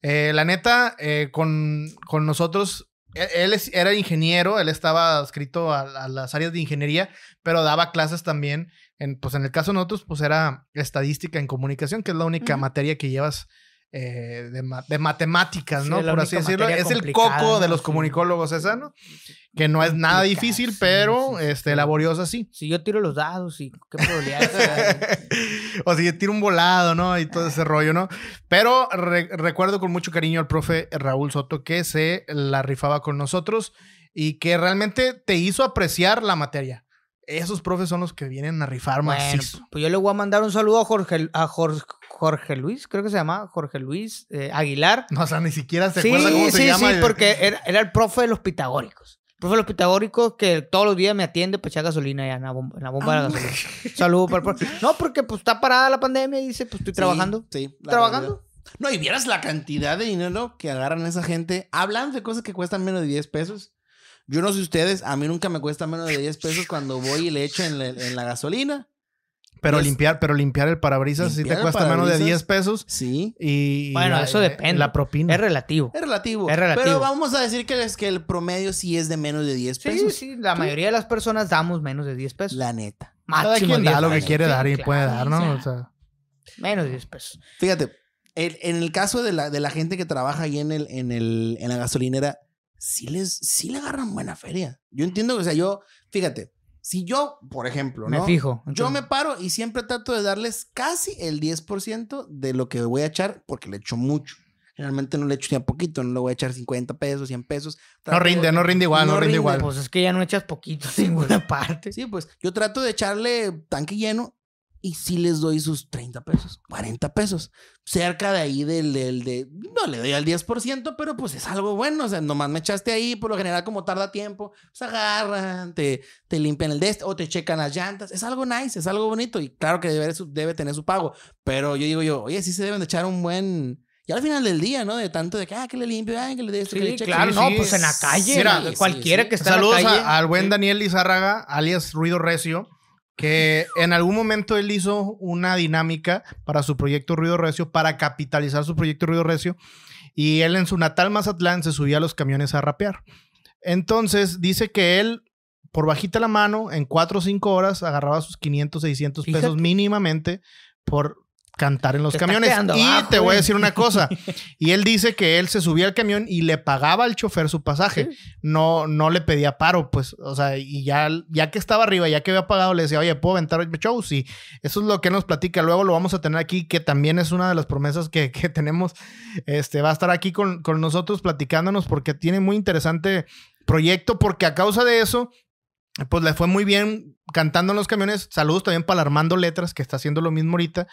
B: Eh, la neta, eh, con, con nosotros, e- él es- era ingeniero, él estaba adscrito a, a las áreas de ingeniería, pero daba clases también. En, pues en el caso de nosotros, pues era estadística en comunicación, que es la única
A: Ujú.
B: materia que llevas eh, de, ma- de matemáticas,
C: Sí,
B: ¿no?
C: la
B: Por así
C: única
B: decirlo.
C: materia
B: Es el
C: complicada,
B: coco de
C: ¿no?
B: los
C: Sí.
B: comunicólogos, esa, ¿no? Que no es nada
C: Complicada,
B: difícil,
C: sí,
B: pero
C: sí, sí,
B: este,
C: sí.
B: laboriosa sí.
C: Si yo tiro los dados y qué probabilidades hay?
B: o sea, tira un volado, ¿no? Y todo ese rollo, ¿no? Pero re- recuerdo con mucho cariño al profe Raúl Soto que se la rifaba con nosotros y que realmente te hizo apreciar la materia. Esos profes son los que vienen a rifar
C: Bueno,
B: macizo.
C: pues yo le voy a mandar un saludo a Jorge, a Jorge, Jorge Luis, creo que se llama Jorge Luis eh, Aguilar.
B: No, o sea, ni siquiera se
C: sí,
B: acuerda cómo
C: sí,
B: se llama.
C: sí, porque era, era el profe de los pitagóricos. El profe de los pitagóricos que todos los días me atiende para echar gasolina allá en la bomba, en la bomba
B: Ah,
C: de gasolina. Saludo para el profe. No, porque pues está parada la pandemia y dice, pues estoy trabajando.
A: Sí, sí, la
C: ¿Trabajando?
A: realidad. No, y vieras la cantidad de dinero que agarran esa gente. Hablando de cosas que cuestan menos de 10 pesos. Yo no sé ustedes, a mí nunca me cuesta menos de 10 pesos cuando voy y le echo en la, en la gasolina.
B: Pero
A: Es-
B: limpiar, pero limpiar el parabrisas sí
A: Limpiar
B: te
A: el
B: cuesta menos de
A: parabrisas.
B: 10 pesos.
A: Sí.
B: Y
C: Bueno, eso
B: la- eh,
C: depende.
B: La propina.
C: Es relativo.
A: Es relativo.
C: Es relativo.
A: Pero vamos a decir que, es que el promedio sí es de menos de 10
C: Sí,
A: pesos.
C: sí, la mayoría de las personas damos menos de 10 pesos.
A: La neta.
B: Cada
C: Máximo
B: quien da
C: 10
B: lo que
C: pesos.
B: quiere
C: Sí,
B: dar y
C: claro,
B: puede dar,
C: o
B: ¿no?
C: sea,
B: O sea,
C: Menos de 10 pesos.
A: Fíjate, en, en el caso de la, de la gente que trabaja ahí en, el, en, el, en la gasolinera, sí, les, sí le agarran buena feria. Yo entiendo, o sea, yo, fíjate, si yo, por ejemplo,
C: Me
A: ¿no?
C: fijo.
A: Yo
C: entonces.
A: me paro y siempre trato de darles casi el 10% de lo que voy a echar porque le echo mucho. Generalmente no le echo ni a poquito, no le voy a echar 50 pesos, 100 pesos.
B: No
A: Trato-
B: rinde, no rinde igual, no,
A: No
B: rinde,
A: rinde,
B: igual.
C: Pues es que ya no echas poquito en ninguna parte.
A: Sí, pues yo trato de echarle tanque lleno y sí les doy sus 30 pesos, 40 pesos. Cerca de ahí del, del de, no le doy al 10%, pero pues es algo bueno. O sea, nomás me echaste ahí, por lo general como tarda tiempo, pues agarran, te, te limpian el dest o te checan las llantas. Es algo nice, es algo bonito y claro que debe, su- debe tener su pago. Pero yo digo yo, oye, sí se deben de echar un buen... Y al final del día, ¿no? De tanto de que, ah, que le limpio, ah, que le dé esto, que le
C: Sí,
A: cheque.
C: claro,
B: sí,
C: no,
B: sí.
C: pues en la calle.
A: Mira,
C: güey,
A: sí,
C: cualquiera
A: sí.
C: que está
B: Saludos
C: en la calle.
B: a- al buen
C: Sí.
B: Daniel Lizárraga, alias Ruido Recio, que en algún momento él hizo una dinámica para su proyecto Ruido Recio, para capitalizar su proyecto Ruido Recio, y él en su natal Mazatlán se subía a los camiones a rapear. Entonces dice que él, por bajita la mano, en 4 o 5 horas agarraba sus 500, 600 pesos
C: Fíjate.
B: mínimamente por cantar en los
C: Te estás
B: camiones.
C: quedando
B: Y
C: abajo,
B: te voy a
C: güey.
B: decir una cosa. Y él dice que él se subía al camión y le pagaba al chofer su pasaje. No, no le pedía paro, pues, o sea, y ya, ya que estaba arriba, ya que había pagado, le decía, oye, ¿puedo aventar el show? Sí. Eso es lo que él nos platica. Luego lo vamos a tener aquí, que también es una de las promesas que, que tenemos. Este, va a estar aquí con, con nosotros platicándonos porque tiene muy interesante proyecto, porque a causa de eso, pues le fue muy bien cantando en los camiones. Saludos también para Armando Letras, que está haciendo lo mismo ahorita.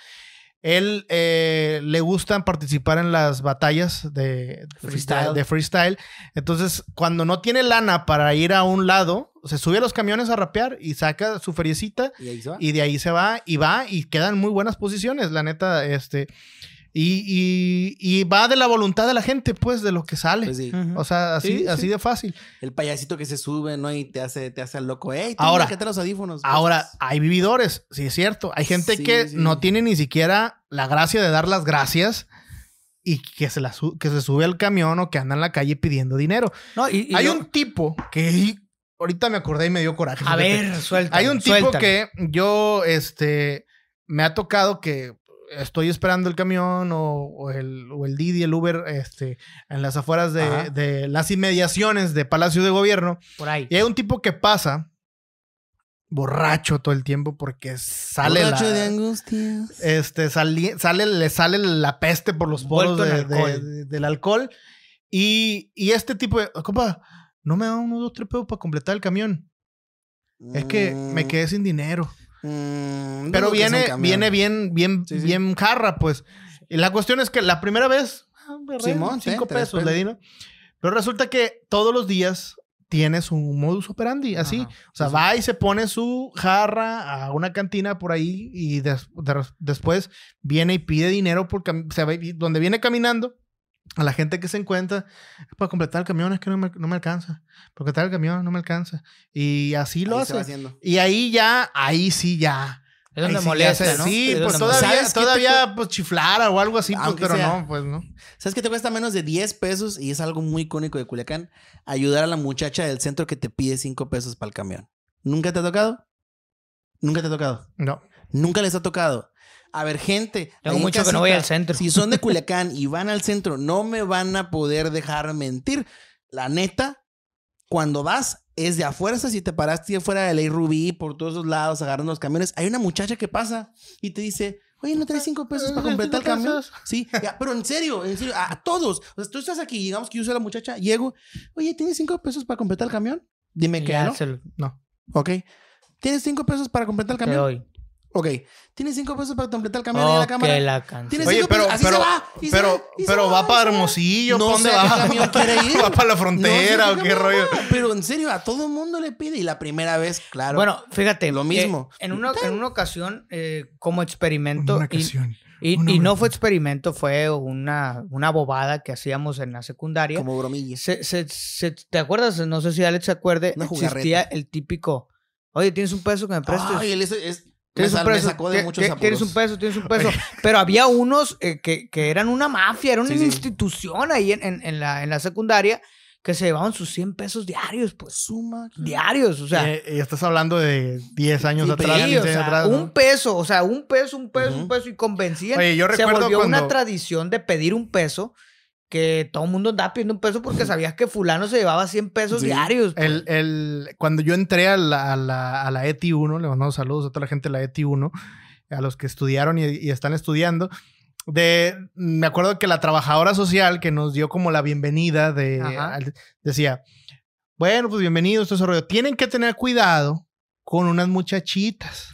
B: Él eh, le gusta participar en las batallas de
A: freestyle.
B: de freestyle. Entonces, cuando no tiene lana para ir a un lado, se sube a los camiones a rapear y saca su feriecita
A: Y ahí se va.
B: y de ahí se va y va y quedan muy buenas posiciones, la neta, este. Y, y- y va de la voluntad de la gente, pues, de lo que sale.
A: Pues sí.
C: Ujú.
B: O sea, así,
A: Sí, sí.
B: así de fácil.
A: El payasito que se sube, ¿no? Y te hace, te hace al loco. ¡Ey,
B: Ahora-
A: ahora, que los audífonos. pues".
B: Ahora, hay vividores, sí es cierto. Hay gente
A: Sí,
B: que
A: sí.
B: no tiene ni siquiera la gracia de dar las gracias y que se, la su- que se sube al camión o que anda en la calle pidiendo dinero.
C: No, y- y
B: hay
C: lo-
B: un tipo que ahorita me acordé y me dio coraje.
C: A
B: fíjate.
C: ver, suelta.
B: Hay un tipo que yo, este, me ha tocado que estoy esperando el camión o, o el, o el Didi, el Uber, este, en las afueras de,
A: Ajá.
B: de las inmediaciones de Palacio de Gobierno.
C: Por ahí.
B: Y hay un tipo que pasa borracho todo el tiempo porque sale
A: Borracho
B: la...
A: de angustias.
B: Este, sali- sale, le sale la peste por los poros
C: Envuelto
B: de-
C: en
B: de-
C: alcohol.
B: de- del alcohol. Y, y este tipo de, compa, no me da uno, dos, tres pedos para completar el camión. Es que
A: Mm.
B: me quedé sin dinero. Pero viene, viene bien, bien,
A: Sí, sí.
B: bien jarra, pues. Y la cuestión es que la primera vez, ah, me reí,
A: Simón,
B: cinco
A: ten, tres
B: pesos
A: pesos.
B: le di, ¿no? Pero resulta que todos los días tiene su modus operandi, así.
C: Ajá.
B: O sea,
A: Sí, sí.
B: va y se pone su jarra a una cantina por ahí y des- de- después viene y pide dinero por cam- se va y- donde viene caminando a la gente que se encuentra para completar el camión, es que no me, no me alcanza. Para completar el camión, no me alcanza. Y así lo hace. Y ahí ya, ahí sí ya. Ahí
C: Es donde
B: sí ya
C: molesta,
B: se-
C: ¿no?
B: Sí,
C: Es
B: pues
C: donde molesta.
B: todavía,
A: ¿Sabes qué te
B: todavía pues chiflara o algo así, pues,
A: Aunque
B: pero
A: sea.
B: no, pues no.
A: ¿Sabes que te cuesta menos de 10 pesos? Y es algo muy icónico de Culiacán. Ayudar a la muchacha del centro que te pide 5 pesos para el camión. ¿Nunca te ha tocado? Nunca te ha tocado.
B: No.
A: Nunca les ha tocado. A ver, gente.
C: Tengo
A: ahí en
C: mucho que no voy al centro.
A: Si son de Culiacán y van al centro, no me van a poder dejar mentir. La neta, cuando vas, es de a fuerza. Si te paraste afuera de Ley Rubí, por todos los lados, agarrando los camiones, hay una muchacha que pasa y te dice. Oye, ¿no traes cinco pesos Pues, para completar el camión? Sí, ya, pero en serio, en serio, a, a todos. O sea, tú estás aquí, digamos que yo soy la muchacha, llego. Oye, ¿tienes cinco pesos para completar el camión? Dime que
C: Ya
A: no.
C: se lo-
B: No.
A: Ok. ¿Tienes cinco pesos para completar el
C: te
A: camión?
C: doy.
A: Ok. Tienes cinco pesos para completar el camión ahí en la
C: Ok,
A: cámara.
C: la canción.
A: Tienes
B: Oye,
A: cinco
B: pero,
A: pesos. Así se
B: pero,
A: va, y se
B: pero,
A: va, y se
B: pero va
A: y
B: para
A: se
B: Hermosillo,
A: No
B: ¿pa' dónde
A: sé a
B: va?
A: qué camión quiere ir.
B: ¿Va para la frontera
A: No sé
B: o qué
A: cómo
B: rollo?
A: va, Pero en serio, a todo mundo le pide. Y la primera vez, claro.
C: Bueno, fíjate.
A: Lo
C: eh,
A: mismo.
C: en, una, en una ocasión, eh, como experimento, y- y,
B: una
C: y no
B: ocasión.
C: fue experimento, fue una, una bobada que hacíamos en la secundaria.
A: como bromillas.
C: Se- se- se- ¿Te acuerdas? No sé si Alex se acuerde.
A: Una
C: existía
A: jugarreta.
C: el típico, oye, ¿tienes un peso que me
B: este
C: prestes?
A: Ay, él es, es- me,
C: Tienes un
A: sal- me
C: peso,
A: sacó de
C: ti-
A: muchos
C: ti-
A: apuros.
C: tienes un peso, tienes un peso. Pero había unos eh, que, que eran una mafia, era una
A: Sí, sí.
C: institución ahí en, en- en la, en la secundaria que se llevaban sus 100 pesos diarios, pues.
A: Suma.
C: Diarios, o sea.
B: Eh, y estás hablando de 10 años
C: Sí,
B: atrás,
C: o
B: 15 años
C: sea,
B: atrás. ¿no?
C: Un peso, o sea, un peso, un peso,
A: Ujú.
C: un peso, y convencían.
B: Oye, yo
C: Se
B: recuerdo
C: volvió una
B: cuando-
C: tradición de pedir un peso que todo el mundo andaba pidiendo un peso porque sabías que fulano se llevaba 100 pesos
A: Sí.
C: diarios. pues.
B: El, el- cuando yo entré a la, a la- a la ETI 1, le mandamos saludos a toda la gente de la ETI 1, a los que estudiaron y, y están estudiando. De, me acuerdo que la trabajadora social que nos dio como la bienvenida de,
C: Ajá.
B: al- decía, bueno, pues bienvenidos, todo ese rollo. Tienen que tener cuidado con unas muchachitas,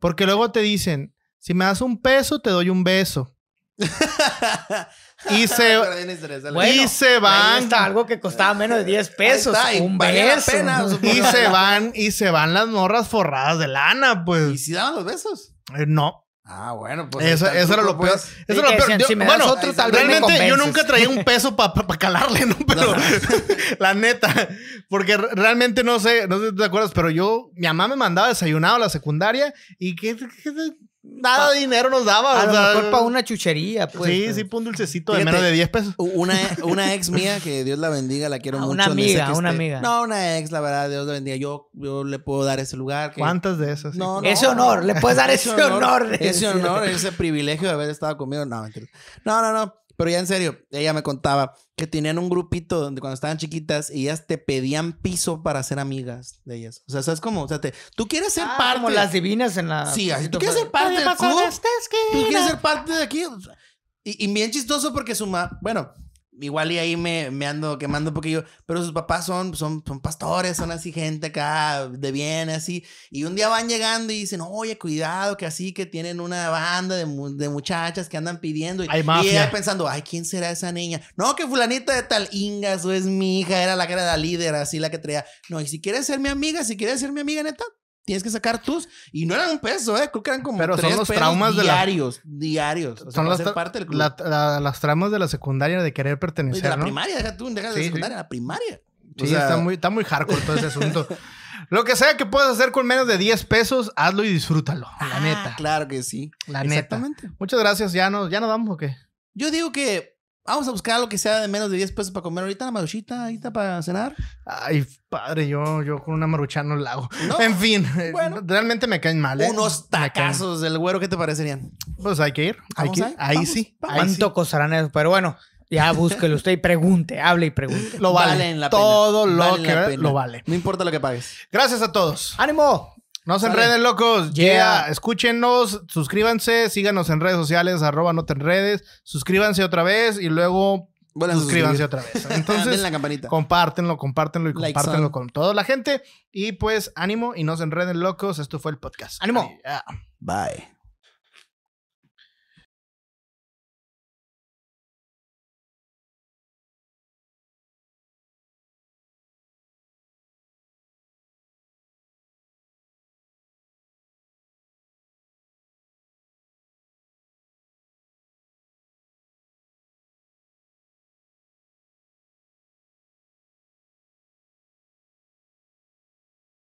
B: porque luego te dicen, si me das un peso, te doy un beso. Y se,
C: Bueno,
B: y se
C: Ahí
B: van.
C: está algo que costaba menos de 10 pesos.
A: Ahí está, y
C: un
A: valía la
C: beso.
A: pena,
B: Y
A: Bueno,
B: se
A: la-
B: van, y se van las morras forradas de lana,
A: ¿Y
B: pues.
A: si daban los besos?
B: Eh, No.
A: Ah, bueno, pues.
B: Eso-
A: ahí está el
B: eso era
A: truco,
B: lo peor.
A: pues.
B: Eso
C: Y
B: es lo
C: que
B: peor.
C: decían,
B: Yo-
C: "Si me das
B: bueno,
C: otro, tal vez me
B: realmente yo
C: convences".
B: nunca traía un peso para calarle, ¿no? Pero la neta, porque re- realmente no sé, no sé si te acuerdas, pero yo, mi mamá me mandaba desayunado a la secundaria y que, que- que- nada de dinero nos daba.
C: A
B: o
C: lo
B: sea,
C: mejor para una chuchería, pues.
B: sí,
C: pero-
B: sí, pa' un dulcecito de
A: Fíjate.
B: menos de 10 pesos.
A: Una, una ex mía, que Dios la bendiga, la quiero
C: Ah,
A: mucho.
C: una
A: donde sé
C: amiga,
A: que
C: una amiga.
A: No, una ex, la verdad, Dios la bendiga. Yo, yo le puedo dar ese lugar. que-
B: ¿Cuántas de esas?
A: No, no.
C: Ese honor, le puedes dar ese honor. de
A: ese
C: decir.
A: honor, ese privilegio de haber estado conmigo. No, mentira. No, no, no. Pero ya en serio, ella me contaba que tenían un grupito donde cuando estaban chiquitas, ellas te pedían piso para ser amigas de ellas. O sea, ¿sabes cómo? O sea, te, tú quieres ser
C: Ah,
A: parte.
C: Como las divinas en la. pues.
A: Sí, así, ¿tú
C: Cristo
A: quieres
C: fue-
A: ser parte del club? ¿Tú quieres ser parte de aquí? O sea, Y, y bien chistoso porque su mamá, bueno, igual y ahí me, me ando quemando un poquillo, pero sus papás son, son, son pastores, son así gente acá de bien, así. Y un día van llegando y dicen, oye, cuidado, que así, que tienen una banda de, mu- de muchachas que andan pidiendo. Y,
B: Hay
A: y
B: mafia.
A: ella pensando, ay, ¿quién será esa niña? No, que fulanita de tal Ingas o es mi hija, era la que era la líder, así la que traía. No, y si quieres ser mi amiga, si quieres ser mi amiga, neta. Tienes que sacar tus. Y no eran un peso, ¿eh? Creo que eran como
B: Pero son
A: tres
B: los
A: pesos
B: traumas de la-
A: diarios, diarios. O sea,
B: Son
A: para
B: las,
A: ser
B: tra-
A: parte del club.
B: la- la- las tramas de la secundaria de querer
A: Oye,
B: pertenecer,
A: de la
B: ¿no?
A: primaria, deja tú, deja de
B: Sí,
A: la
B: sí.
A: secundaria, la primaria.
B: Sí,
A: O sea,
B: está, muy, está muy hardcore todo ese asunto. Lo que sea que puedas hacer con menos de 10 pesos, hazlo y disfrútalo. La
A: ah,
B: neta.
A: Claro que sí.
B: La neta.
A: Exactamente.
B: Muchas gracias. ¿Ya nos, ya nos vamos o qué?
A: Yo digo que vamos a buscar algo que sea de menos de 10 pesos para comer ahorita, la maruchita, ahorita para cenar.
B: Ay, padre, yo, yo con una marucha no la hago.
A: No.
B: En fin, eh,
A: Bueno.
B: realmente me caen mal. ¿eh?
A: Unos
B: Me caen-
A: tacazos del güero, ¿qué te parecerían?
B: Pues hay que ir. Hay
A: Vamos
B: que ir.
A: ahí,
B: Ahí
A: vamos,
B: sí.
A: vamos.
B: ahí sí.
C: ¿Cuánto costarán eso? Pero bueno, ya búsquelo usted y pregunte, hable y pregunte.
B: Lo vale.
A: Valen la
B: Todo
A: pena.
B: lo
A: Valen
B: que
A: la
B: vale,
A: pena.
B: lo vale.
A: No importa lo que pagues.
B: Gracias a todos.
C: ¡Ánimo!
B: No se
A: Sale.
B: enreden, locos.
C: Yeah.
B: Yeah. Escúchenos, suscríbanse, síganos en redes sociales, arroba no te enredes, suscríbanse otra vez y luego
A: Vuelvan a
B: suscríbanse
A: suscribir.
B: otra vez.
A: Denle
B: Entonces,
A: la campanita.
B: compártenlo, compártenlo y
A: Like,
B: compártenlo
A: son.
B: con toda la gente. Y pues, ánimo y no se enreden, locos. Esto fue el podcast.
C: ¡Ánimo!
B: Ay, ya.
A: Bye.